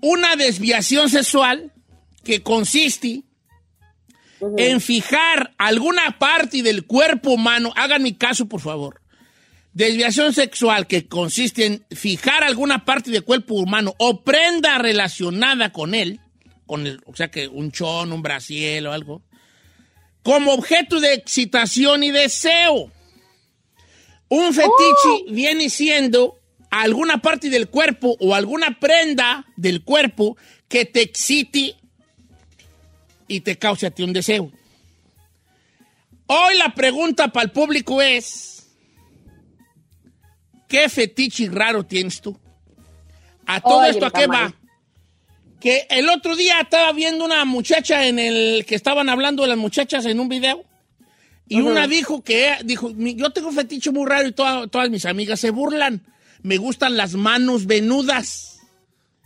Speaker 3: una desviación sexual que consiste en fijar alguna parte del cuerpo humano, hagan mi caso por favor, desviación sexual que consiste en fijar alguna parte del cuerpo humano o prenda relacionada con él, con el, o sea que un chón, un brasiel o algo, como objeto de excitación y deseo. Un fetiche viene siendo alguna parte del cuerpo o alguna prenda del cuerpo que te excite y te cause a ti un deseo. Hoy la pregunta para el público es, ¿qué fetiche raro tienes tú? ¿A todo
Speaker 5: Oye,
Speaker 3: esto a qué va?
Speaker 5: Tamara.
Speaker 3: Que el otro día estaba viendo una muchacha en el que estaban hablando de las muchachas en un video. Y una dijo que, dijo, "Mi- yo tengo un fetiche muy raro y toda- todas mis amigas se burlan. Me gustan las manos venudas.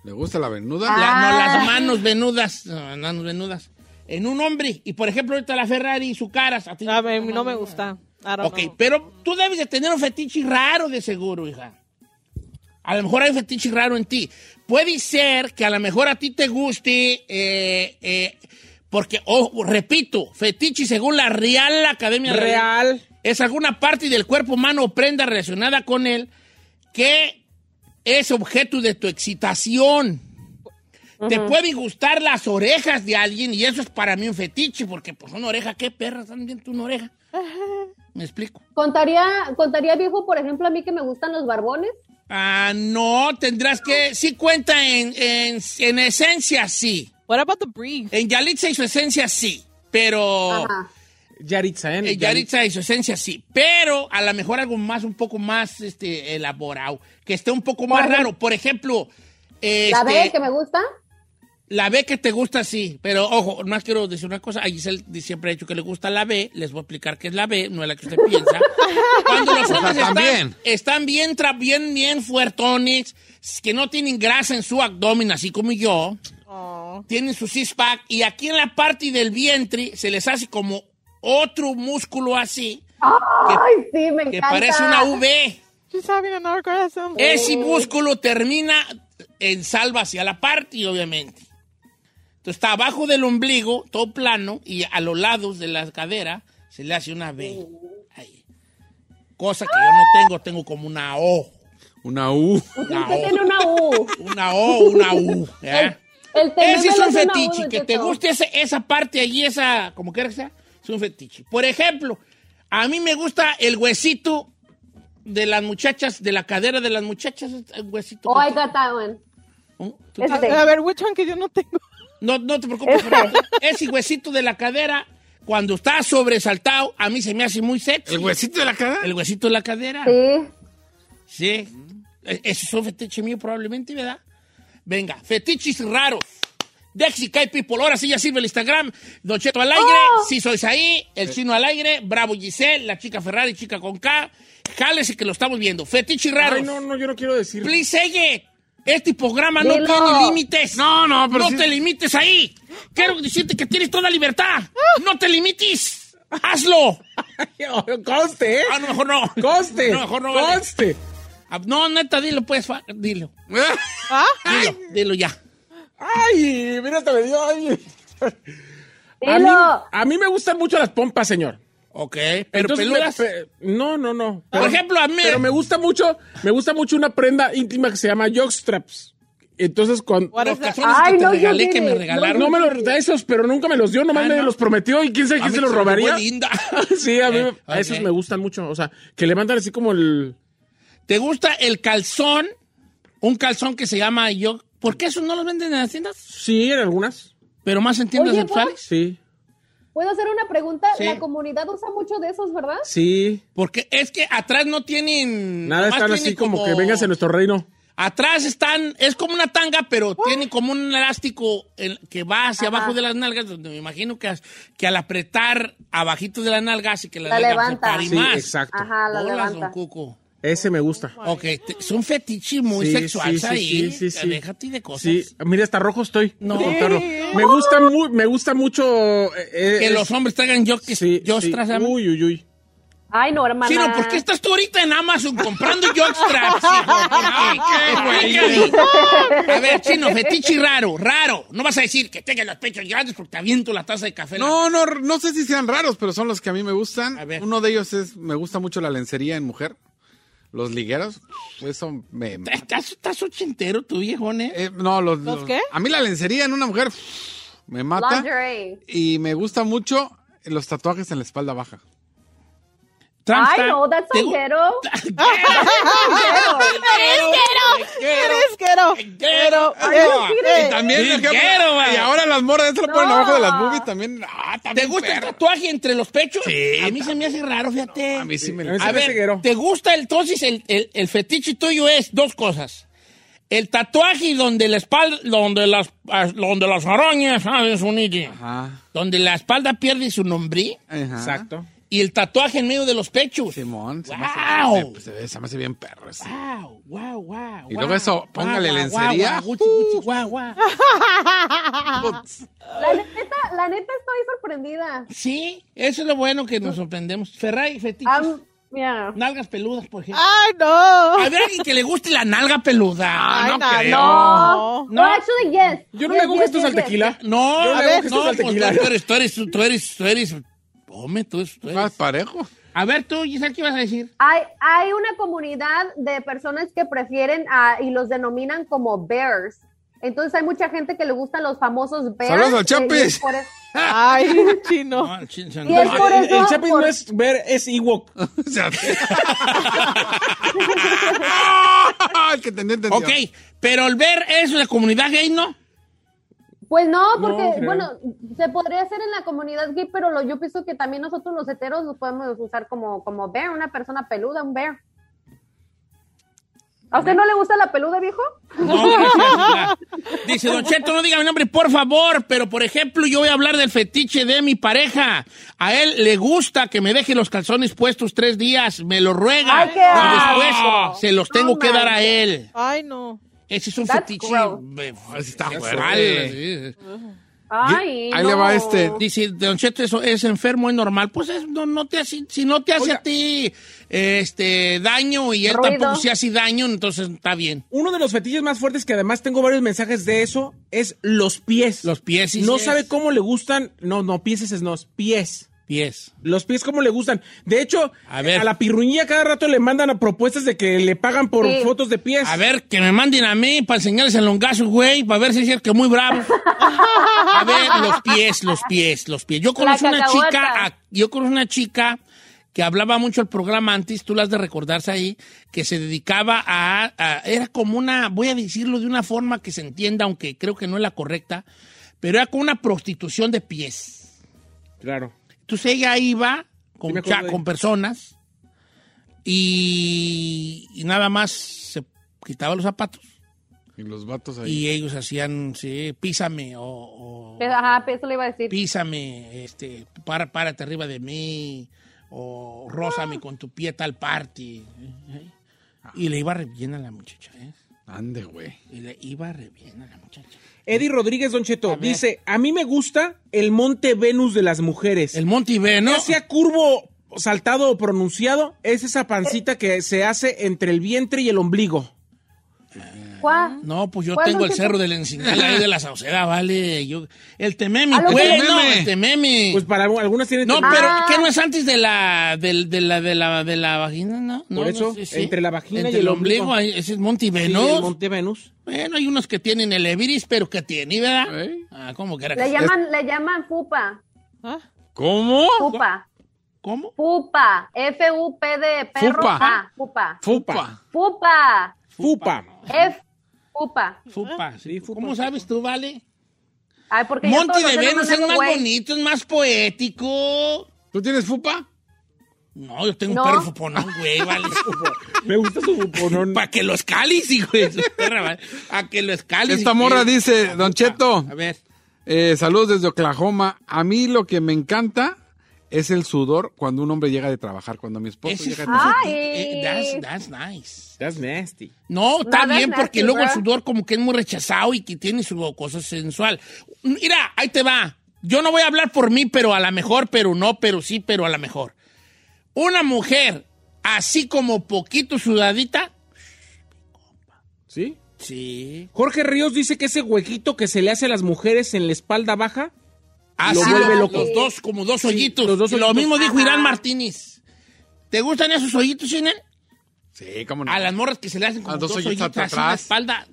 Speaker 6: ¿Le gusta la
Speaker 3: La-
Speaker 6: venuda?
Speaker 3: no, las manos venudas. No, las manos venudas. En un hombre. Y por ejemplo, ahorita la Ferrari y su cara. a ti no
Speaker 7: A
Speaker 3: te
Speaker 7: mí
Speaker 3: gusta
Speaker 7: no me
Speaker 3: nada.
Speaker 7: gusta. I don't
Speaker 3: Ok,
Speaker 7: know.
Speaker 3: pero tú debes de tener un fetiche raro de seguro, hija. A lo mejor hay un fetiche raro en ti. Puede ser que a lo mejor a ti te guste, eh, eh, porque, ojo, repito, fetiche según la Real Academia de la Lengua
Speaker 4: Real.
Speaker 3: es alguna parte del cuerpo humano o prenda relacionada con él que es objeto de tu excitación. Te pueden gustar las orejas de alguien y eso es para mí un fetiche, porque pues una oreja, qué perra, están viendo una oreja. ¿Me explico?
Speaker 5: Contaría, contaría viejo, por ejemplo, a mí que me gustan los barbones.
Speaker 3: Ah, no, tendrás que, sí cuenta en, en- en esencia, sí.
Speaker 7: What about the brief?
Speaker 3: En Yalitza y su esencia, sí, pero...
Speaker 5: Ajá.
Speaker 4: Yaritza, ¿eh?
Speaker 3: Eh, Yaritza y su esencia, sí. Pero a lo mejor algo más, un poco más este, elaborado, que esté un poco más raro. Por ejemplo,
Speaker 5: ¿La
Speaker 3: este,
Speaker 5: B que me gusta?
Speaker 3: la B que te gusta, sí. Pero ojo, más quiero decir una cosa. A Giselle siempre ha dicho que le gusta la B. Les voy a explicar qué es la B, no es la que usted
Speaker 5: (laughs)
Speaker 3: piensa. Cuando los
Speaker 6: O sea,
Speaker 3: hombres
Speaker 6: también.
Speaker 3: Pues están, están bien, tra- bien, bien fuertones, que no tienen grasa en su abdomen, así como yo
Speaker 7: Oh.
Speaker 3: tienen su six-pack y aquí en la parte del vientre se les hace como otro músculo así,
Speaker 5: Ay, sí, me encanta.
Speaker 3: que parece una V.
Speaker 7: She's having an orgasm.
Speaker 3: Ese músculo termina en salva hacia la parte, obviamente. Entonces está abajo del ombligo, todo plano, y a los lados de la cadera se le hace una V.
Speaker 5: Uh.
Speaker 3: Ahí. Cosa que yo no tengo, tengo como una O.
Speaker 6: Una U.
Speaker 3: Una
Speaker 5: Que
Speaker 3: O,
Speaker 5: tiene una U.
Speaker 3: una O, una U. (laughs) ¿eh?
Speaker 5: El tener
Speaker 3: Ese es un
Speaker 5: menos una U,
Speaker 3: fetiche,
Speaker 5: don
Speaker 3: que te
Speaker 5: Cheto.
Speaker 3: guste ese- esa parte allí, esa, como quiera que sea, es un fetiche. Por ejemplo, a mí me gusta el huesito de las muchachas, de la cadera de las muchachas, el huesito.
Speaker 5: Oh, I got that one.
Speaker 3: Tú-
Speaker 7: A,
Speaker 5: Este.
Speaker 7: a ver, which one que yo no tengo.
Speaker 3: no, no te preocupes, pero ese huesito de la cadera, cuando está sobresaltado, a mí se me hace muy sexy.
Speaker 6: ¿El huesito de la cara?
Speaker 3: El huesito de la cadera.
Speaker 5: Sí.
Speaker 3: Sí. E- Ese es un fetiche mío probablemente, ¿verdad? Venga, fetiches raros. Dexy Kai People, ahora sí ya sirve el Instagram. Don Cheto al aire, si sois ahí, el chino al aire, Bravo Giselle, la chica Ferrari, chica con K. Jálese que lo estamos viendo. Fetiches raros.
Speaker 4: Ay, no, no, yo no quiero decir.
Speaker 3: Please, sigue. Este programa no
Speaker 5: Dilo.
Speaker 3: tiene límites.
Speaker 6: No, no, pero
Speaker 3: No
Speaker 6: sí-
Speaker 4: (laughs)
Speaker 3: te limites ahí. Quiero decirte que tienes toda libertad. No te limites. Hazlo.
Speaker 4: Conste, ¿eh?
Speaker 3: A lo mejor Ah, no.
Speaker 4: Conste.
Speaker 3: A lo mejor no. vale.
Speaker 4: Conste.
Speaker 3: Ah, No, neta, dilo, pues. fa- Dilo.
Speaker 7: ¿Ah?
Speaker 3: Dilo, dilo ya.
Speaker 4: Ay, mira, hasta me dio. ay. A, mí,
Speaker 5: Dilo.
Speaker 4: a mí me gustan mucho las pompas, señor.
Speaker 3: Ok, pero
Speaker 4: Entonces,
Speaker 3: peludas.
Speaker 4: me- pe- no, no, no.
Speaker 3: Por ejemplo, a mí-
Speaker 4: Pero me gusta mucho, me gusta mucho una prenda íntima que se llama jockstraps. Entonces, cuando...
Speaker 7: What
Speaker 3: los
Speaker 7: is that?
Speaker 3: calzones
Speaker 5: Ay,
Speaker 3: que
Speaker 5: no,
Speaker 3: te
Speaker 5: yo
Speaker 3: regalé, que
Speaker 5: tiene-
Speaker 3: me
Speaker 5: no,
Speaker 3: regalaron.
Speaker 4: No me los da esos, pero nunca me los dio, nomás
Speaker 3: Ah,
Speaker 4: me
Speaker 3: no.
Speaker 4: los prometió y quién sabe
Speaker 3: A
Speaker 4: quién
Speaker 3: mí
Speaker 4: se los
Speaker 3: me
Speaker 4: robaría.
Speaker 3: fue linda.
Speaker 4: (laughs) Sí, a mí
Speaker 3: Eh,
Speaker 4: a esos
Speaker 3: ok.
Speaker 4: me gustan mucho, o sea, que le mandan así como el
Speaker 3: ¿Te gusta el calzón? Un calzón que se llama yo. ¿Por qué eso no los venden en las tiendas?
Speaker 4: sí en algunas.
Speaker 3: Pero más en tiendas
Speaker 5: Oye,
Speaker 3: sexuales.
Speaker 4: Sí.
Speaker 5: ¿Puedo hacer una pregunta?
Speaker 3: Sí.
Speaker 5: La comunidad usa mucho de esos, ¿verdad?
Speaker 4: Sí.
Speaker 3: Porque es que atrás no tienen.
Speaker 4: Nada
Speaker 3: nomás
Speaker 4: están
Speaker 3: tienen
Speaker 4: así como, que vengas a nuestro reino.
Speaker 3: Atrás están. Es como una tanga, pero
Speaker 5: Oh.
Speaker 3: tienen como un elástico en- que va hacia abajo de las nalgas, donde me imagino que, as- que al apretar abajito de la nalga, así que la,
Speaker 5: La
Speaker 3: nalga
Speaker 5: levanta.
Speaker 3: separa y
Speaker 4: Sí,
Speaker 3: más.
Speaker 4: exacto.
Speaker 5: Ajá, la
Speaker 3: Hola,
Speaker 5: levanta.
Speaker 3: don Cuco.
Speaker 4: Ese me gusta.
Speaker 3: Ok, te- es un fetiche muy
Speaker 4: Sí,
Speaker 3: sexual
Speaker 4: sí,
Speaker 3: ahí.
Speaker 4: sí, sí, sí, sí.
Speaker 3: Déjate de cosas.
Speaker 4: Sí, mira, hasta rojo estoy.
Speaker 3: No.
Speaker 4: de contarlo. Me gusta mu- me gusta mucho eh, eh,
Speaker 3: Que
Speaker 4: es-
Speaker 3: los hombres traigan yo que
Speaker 4: Sí,
Speaker 3: yo
Speaker 4: sí. Uy, uy, uy.
Speaker 5: Ay, no, hermana.
Speaker 3: Chino, ¿por qué estás tú ahorita en Amazon comprando jockstraps? hijo? ¿Por qué? Explícame. A ver, Chino, fetiche raro, raro. No vas a decir que tenga los pechos grandes porque te aviento la taza de café. en la-
Speaker 6: No, no, no sé si sean raros, pero son los que a mí me gustan.
Speaker 3: A ver.
Speaker 6: Uno de ellos es, me gusta mucho la lencería en mujer. Los ligueros. Eso me...
Speaker 3: Estás, estás ochentero tú, viejón, ¿eh?
Speaker 6: eh, no, los,
Speaker 7: ¿Los qué?
Speaker 6: A mí la lencería en una mujer me mata.
Speaker 5: Lingerie.
Speaker 6: Y me gusta mucho los tatuajes en la espalda baja.
Speaker 3: Trans,
Speaker 5: Ay,
Speaker 3: trans.
Speaker 5: no, that's
Speaker 3: ¿Te
Speaker 5: so
Speaker 3: gu- (laughs)
Speaker 5: ghetto.
Speaker 7: (laughs) Eres guero.
Speaker 3: Guero.
Speaker 7: Eres guero.
Speaker 6: Y también,
Speaker 3: Sí,
Speaker 6: por ejemplo,
Speaker 3: quiero, va.
Speaker 6: y ahora las morras se lo ponen abajo de las boobies también. Ah,
Speaker 3: ¿Te
Speaker 6: también
Speaker 3: gusta el
Speaker 6: perro.
Speaker 3: tatuaje entre los pechos?
Speaker 6: Sí,
Speaker 3: A mí se me hace raro, fíjate.
Speaker 6: A mí sí me
Speaker 4: A mí
Speaker 6: gusta.
Speaker 4: se
Speaker 3: A
Speaker 4: me
Speaker 3: ver,
Speaker 4: hace guero.
Speaker 3: ¿te gusta entonces el, el, el fetiche tuyo? Es dos cosas. El tatuaje donde la espalda, donde las, as- donde las arañas ¿sabes? un hilo.
Speaker 6: Ajá.
Speaker 3: Donde la espalda pierde su nombre.
Speaker 6: Ah, Ajá.
Speaker 4: Exacto.
Speaker 3: Y el tatuaje en medio de los pechos.
Speaker 6: Simón, se, me
Speaker 3: Wow.
Speaker 6: hace, se, se me hace bien perro ese.
Speaker 3: Wow, wow, wow.
Speaker 6: Y luego eso, póngale lencería.
Speaker 3: Guau, guau,
Speaker 6: Uh.
Speaker 3: guchi, guchi, guau, guau.
Speaker 5: La neta, la neta estoy sorprendida.
Speaker 3: Sí, eso es lo bueno que nos sorprendemos. Ferrari, fetiches.
Speaker 5: Am- mira.
Speaker 3: Nalgas peludas, por ejemplo.
Speaker 7: Ay, no.
Speaker 3: A ver, alguien que le guste la nalga peluda.
Speaker 7: Ay,
Speaker 3: Ah, no,
Speaker 7: no,
Speaker 3: creo.
Speaker 7: no.
Speaker 5: No,
Speaker 3: (laughs)
Speaker 5: actually, yes.
Speaker 4: Yo no
Speaker 5: Yes,
Speaker 4: le hago
Speaker 5: yes,
Speaker 4: gestos
Speaker 5: yes,
Speaker 4: al
Speaker 5: yes.
Speaker 4: tequila.
Speaker 3: No,
Speaker 4: Yo le
Speaker 3: a
Speaker 4: hago
Speaker 3: ver,
Speaker 4: gestos
Speaker 3: no,
Speaker 4: al
Speaker 3: pues,
Speaker 4: tequila.
Speaker 3: tú eres, tú eres, tú eres, tú eres, hombre, tú eres, tú
Speaker 6: Más
Speaker 3: eres.
Speaker 6: parejo. (laughs)
Speaker 3: A ver, tú, Giselle, ¿qué ibas a decir?
Speaker 5: Hay, hay una comunidad de personas que prefieren a- y los denominan como bears. Entonces hay mucha gente que le gustan los famosos bears.
Speaker 6: Saludos al
Speaker 5: eh, y es
Speaker 6: Chapis.
Speaker 5: por eso-
Speaker 7: Ay, chino.
Speaker 3: No, chin, chin,
Speaker 5: Y
Speaker 3: no.
Speaker 5: es por
Speaker 4: El, el
Speaker 5: eso,
Speaker 4: Chapis
Speaker 5: por-
Speaker 4: no es ver, es Ewok.
Speaker 6: O sea, (laughs) ¡Ah! el que tenía entendido.
Speaker 3: Ok, pero el ver es la comunidad gay, ¿no?
Speaker 5: Pues no, porque,
Speaker 4: creo.
Speaker 5: bueno, se podría hacer en la comunidad gay, pero lo, yo pienso que también nosotros los heteros los podemos usar como, como bear, una persona peluda, un bear. ¿A usted no le gusta la peluda, viejo?
Speaker 3: No, gracias, ya. Dice, Don Cheto, no diga mi nombre, por favor, pero por ejemplo, yo voy a hablar del fetiche de mi pareja. A él le gusta que me deje los calzones puestos tres días, me lo ruega.
Speaker 5: Ay, qué
Speaker 3: y después
Speaker 5: asco.
Speaker 3: se los tengo
Speaker 5: No
Speaker 3: que dar a
Speaker 5: manches.
Speaker 3: él.
Speaker 7: Ay, no.
Speaker 3: Ese es un
Speaker 5: That's
Speaker 3: fetiche.
Speaker 5: gross.
Speaker 3: eh,
Speaker 6: Está
Speaker 3: sexual,
Speaker 6: fuerte.
Speaker 3: así.
Speaker 5: Ay,
Speaker 6: Ahí le
Speaker 5: no.
Speaker 6: va este.
Speaker 3: Dice, Don Cheto, eso es enfermo, es normal. Pues es- no, no te hace- si no te hace a ti este, daño y él
Speaker 5: Ruido.
Speaker 3: tampoco se hace daño, entonces está bien.
Speaker 4: Uno de los fetiches más fuertes que además tengo varios mensajes de eso es los pies.
Speaker 3: Los pies y
Speaker 4: No
Speaker 3: sí
Speaker 4: sabe
Speaker 3: es.
Speaker 4: cómo le gustan. No, no, pies es no, pies.
Speaker 3: Pies.
Speaker 4: Los pies cómo le gustan. De hecho,
Speaker 3: A
Speaker 4: a,
Speaker 3: ver.
Speaker 4: la pirruñía cada rato le mandan a propuestas de que le pagan por
Speaker 5: Sí.
Speaker 4: fotos de pies.
Speaker 3: A ver, que me manden a mí para enseñarles el longazo, güey, para ver si es cierto que muy bravo. A ver, los pies, los pies, los pies. Yo conozco una
Speaker 5: cacahuata.
Speaker 3: chica, a- yo conozco una chica que hablaba mucho el programa antes, tú las de recordarse ahí, que se dedicaba a, a- era como una, voy a decirlo de una forma que se entienda, aunque creo que no es la correcta, pero era como una prostitución de pies.
Speaker 4: Claro.
Speaker 3: Entonces ella iba con,
Speaker 4: Sí, me acuerdo
Speaker 3: cha-
Speaker 4: de
Speaker 3: con
Speaker 4: ella.
Speaker 3: personas y, y nada más se quitaba los zapatos
Speaker 6: Y los vatos ahí.
Speaker 3: y ellos hacían, sí, písame o, o
Speaker 5: Ajá, eso le iba a decir.
Speaker 3: písame, este, para, párate arriba de mí o rózame con tu pie tal parte.
Speaker 4: Ah.
Speaker 3: Y le iba re bien a la muchacha, ¿eh?
Speaker 6: Ande, güey.
Speaker 3: Y le iba re bien a la muchacha.
Speaker 4: Eddie Rodríguez Don Cheto
Speaker 3: A ver.
Speaker 4: dice, a mí me gusta el monte Venus de las mujeres.
Speaker 3: El Monty B, ¿no?
Speaker 4: Ya sea curvo, saltado o pronunciado, es esa pancita que se hace entre el vientre y el ombligo.
Speaker 5: ¿Cuál?
Speaker 3: No, pues yo
Speaker 5: ¿Cuál,
Speaker 3: tengo
Speaker 5: don
Speaker 3: el
Speaker 5: Cheto?
Speaker 3: cerro del Encinial ahí de la Sauceda, vale. Yo, el Tememi,
Speaker 5: A lo
Speaker 3: pues,
Speaker 5: que-
Speaker 3: no, el Tememi.
Speaker 4: Pues para algu- algunas tienen...
Speaker 3: no,
Speaker 4: Ah,
Speaker 3: pero
Speaker 5: Ah.
Speaker 3: ¿qué no es antes de la, del- de, la, de, la, de la vagina, no? No,
Speaker 4: Por
Speaker 3: no
Speaker 4: eso,
Speaker 3: sé, sí.
Speaker 4: entre la vagina
Speaker 3: Entre
Speaker 4: y el
Speaker 3: ombligo.
Speaker 4: ombligo.
Speaker 3: ahí, ese es Monty B,
Speaker 4: sí,
Speaker 3: ¿no?
Speaker 4: el monte Venus.
Speaker 3: Bueno, hay unos que tienen el Everis, pero que tiene, ¿verdad?
Speaker 6: ¿Eh?
Speaker 3: Ah, ¿cómo que era?
Speaker 5: Le llaman, le llaman pupa,
Speaker 7: Ah,
Speaker 6: ¿Cómo?
Speaker 5: pupa,
Speaker 3: ¿Cómo?
Speaker 5: pupa, F-U-P de perro,
Speaker 6: Fupa.
Speaker 5: A, pupa,
Speaker 4: Fupa.
Speaker 5: pupa,
Speaker 4: Fupa.
Speaker 5: F, pupa.
Speaker 3: Fupa.
Speaker 4: Sí, fupa.
Speaker 3: ¿Cómo sabes tú, Vale?
Speaker 5: Ay, porque ya
Speaker 3: Monty
Speaker 5: todos
Speaker 3: de
Speaker 5: los
Speaker 3: Venus es
Speaker 5: hermanos,
Speaker 3: más
Speaker 5: güey.
Speaker 3: bonito, es más poético.
Speaker 6: ¿Tú tienes fupa?
Speaker 3: No, yo tengo
Speaker 5: No.
Speaker 3: un perro fuponón,
Speaker 5: (laughs)
Speaker 3: güey, vale.
Speaker 4: Me gusta su fuponón.
Speaker 3: Para que los calis, hijo de su perra, vale. A que los calis.
Speaker 6: Esta
Speaker 3: hijo
Speaker 6: morra
Speaker 3: de-
Speaker 6: dice, Don Cheto,
Speaker 3: A ver.
Speaker 6: eh, saludos desde Oklahoma. A mí lo que me encanta es el sudor cuando un hombre llega de trabajar, cuando mi esposo
Speaker 3: Ese
Speaker 6: llega de
Speaker 3: es-
Speaker 6: trabajar.
Speaker 5: Ay.
Speaker 3: eh, that's, that's nice.
Speaker 4: That's nasty.
Speaker 3: No, está
Speaker 5: that's
Speaker 3: bien,
Speaker 5: nasty,
Speaker 3: porque luego el
Speaker 5: bro.
Speaker 3: sudor como que es muy rechazado y que tiene su cosa sensual. Mira, ahí te va. Yo no voy a hablar por mí, pero a la mejor, pero no, pero sí, pero a la mejor. Una mujer así como poquito sudadita,
Speaker 4: ¿Sí?
Speaker 3: sí.
Speaker 4: Jorge Ríos dice que ese huequito que se le hace a las mujeres en la espalda baja,
Speaker 3: Así
Speaker 4: vuelve
Speaker 3: los-
Speaker 4: loco.
Speaker 3: Los dos, como dos
Speaker 4: Sí,
Speaker 3: hoyitos.
Speaker 4: los dos
Speaker 3: Y Lo
Speaker 4: hoyitos.
Speaker 3: mismo dijo Irán Martínez. ¿Te gustan esos hoyitos, Irán?
Speaker 6: Sí, cómo no.
Speaker 3: A las morras que se le hacen como
Speaker 6: A
Speaker 3: dos,
Speaker 6: dos
Speaker 3: hoyitos
Speaker 6: hoyitos hasta
Speaker 3: así en la
Speaker 6: atrás.
Speaker 3: espalda.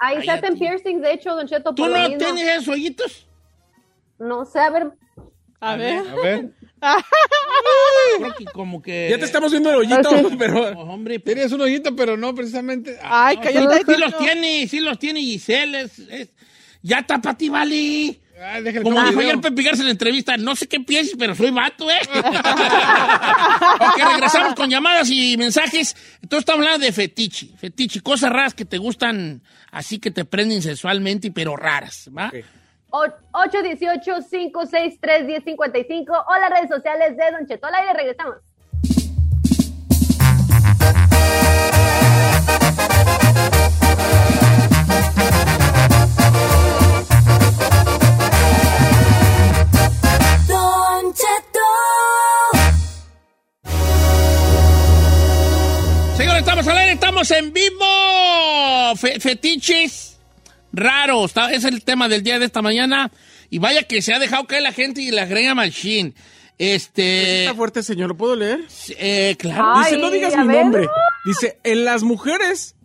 Speaker 5: Ahí se
Speaker 3: Cállate.
Speaker 5: hacen piercings, de hecho, Don Cheto,
Speaker 3: ¿Tú
Speaker 5: por lo
Speaker 3: no
Speaker 5: mismo.
Speaker 3: tienes esos hoyitos?
Speaker 5: No sé, a ver,
Speaker 7: a, ver.
Speaker 6: A ver,
Speaker 3: Creo que como que...
Speaker 4: ya te estamos viendo el hoyito,
Speaker 5: Ah,
Speaker 4: pero...
Speaker 3: Oh, hombre, pero...
Speaker 6: tienes un hoyito, pero no precisamente. Ah,
Speaker 7: Ay, cállate.
Speaker 3: Sí los
Speaker 7: Tito.
Speaker 3: tiene, sí los tiene Giselle. es- es- Ya está para ti, vale.
Speaker 6: ah, déjale,
Speaker 3: Como
Speaker 6: pongo
Speaker 3: dijo
Speaker 6: video.
Speaker 3: ayer Pepe Garza en la entrevista, no sé qué pienses, pero soy vato,
Speaker 7: (laughs)
Speaker 3: ¿eh? ok, regresamos con llamadas y mensajes. Entonces estamos hablando de fetiche. Fetiche, cosas raras que te gustan, así que te prenden sexualmente, pero raras, ¿va?
Speaker 4: Ok.
Speaker 5: o- 818-563-1055 o las redes sociales de Don Cheto. Al aire regresamos.
Speaker 9: Don Cheto.
Speaker 3: Señores, estamos al aire, estamos en vivo. Fe- fetiches raros. Está- Es el tema del día de esta mañana. Y vaya que se ha dejado caer la gente y la agrega Machine. Este.
Speaker 4: (laughs) Está fuerte, señor, ¿lo puedo leer?
Speaker 3: eh, claro.
Speaker 5: Ay,
Speaker 4: Dice, no digas
Speaker 5: a
Speaker 4: mi
Speaker 5: ver.
Speaker 4: nombre. Dice, en las mujeres,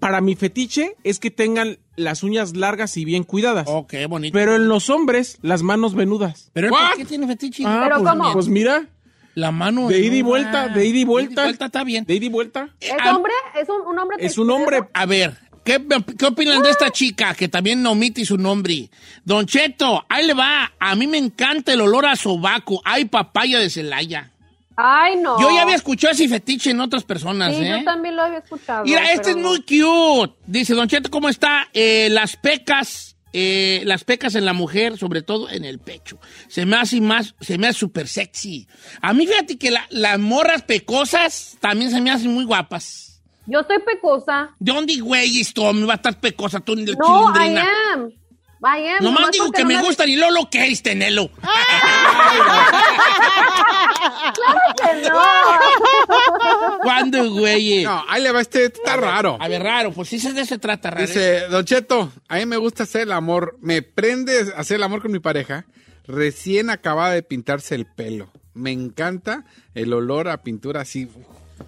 Speaker 4: para mi fetiche es que tengan las uñas largas y bien cuidadas.
Speaker 3: Ok, Oh, bonito.
Speaker 4: Pero en los hombres, las manos venudas.
Speaker 3: Pero él,
Speaker 6: ¿What?
Speaker 3: ¿por qué tiene fetiche?
Speaker 4: Ah,
Speaker 5: ¿Pero
Speaker 4: pues,
Speaker 5: cómo?
Speaker 4: Pues mira,
Speaker 3: La mano.
Speaker 4: de
Speaker 3: en
Speaker 4: ida y
Speaker 3: una.
Speaker 4: vuelta, de ida y
Speaker 3: De
Speaker 4: vuelta.
Speaker 3: vuelta está bien.
Speaker 4: de ida y vuelta.
Speaker 5: ¿Es
Speaker 3: Al-
Speaker 5: hombre? ¿Es un, un hombre?
Speaker 4: Es un hombre,
Speaker 3: A ver, ¿Qué, qué opinan de esta chica que también no omite su nombre? Don Cheto, ahí le va. A mí me encanta el olor a sobaco. Hay papaya de Celaya.
Speaker 5: Ay, no.
Speaker 3: Yo ya había escuchado ese fetiche en otras personas,
Speaker 5: Sí,
Speaker 3: ¿eh?
Speaker 5: yo también lo había escuchado.
Speaker 3: Mira, este es
Speaker 5: pero-
Speaker 3: muy cute. Dice, Don Cheto, ¿cómo está? Eh, las pecas, eh, las pecas en la mujer, sobre todo en el pecho. Se me hace más, se me hace súper sexy. A mí, fíjate que la- las morras pecosas también se me hacen muy guapas.
Speaker 5: Yo soy pecosa.
Speaker 3: ¿De dónde, güey, esto? Me va a estar pecosa tú ni de
Speaker 5: No, I
Speaker 3: chilindrina.
Speaker 5: am. I am.
Speaker 3: Nomás
Speaker 5: nomás
Speaker 3: digo
Speaker 5: porque
Speaker 3: que
Speaker 5: no
Speaker 3: me gustan y Lolo, ¿qué es
Speaker 5: (laughs)
Speaker 3: tenelo?
Speaker 5: Claro que
Speaker 3: (laughs)
Speaker 5: no.
Speaker 3: ¿Cuándo, güey? eh,
Speaker 6: No, ahí le va este, está raro.
Speaker 3: A ver, raro, pues sí se- de eso se trata, raro.
Speaker 6: Dice, Don Cheto, a mí me gusta hacer el amor, me prende hacer el amor con mi pareja recién acabada de pintarse el pelo. Me encanta el olor a pintura así. uf,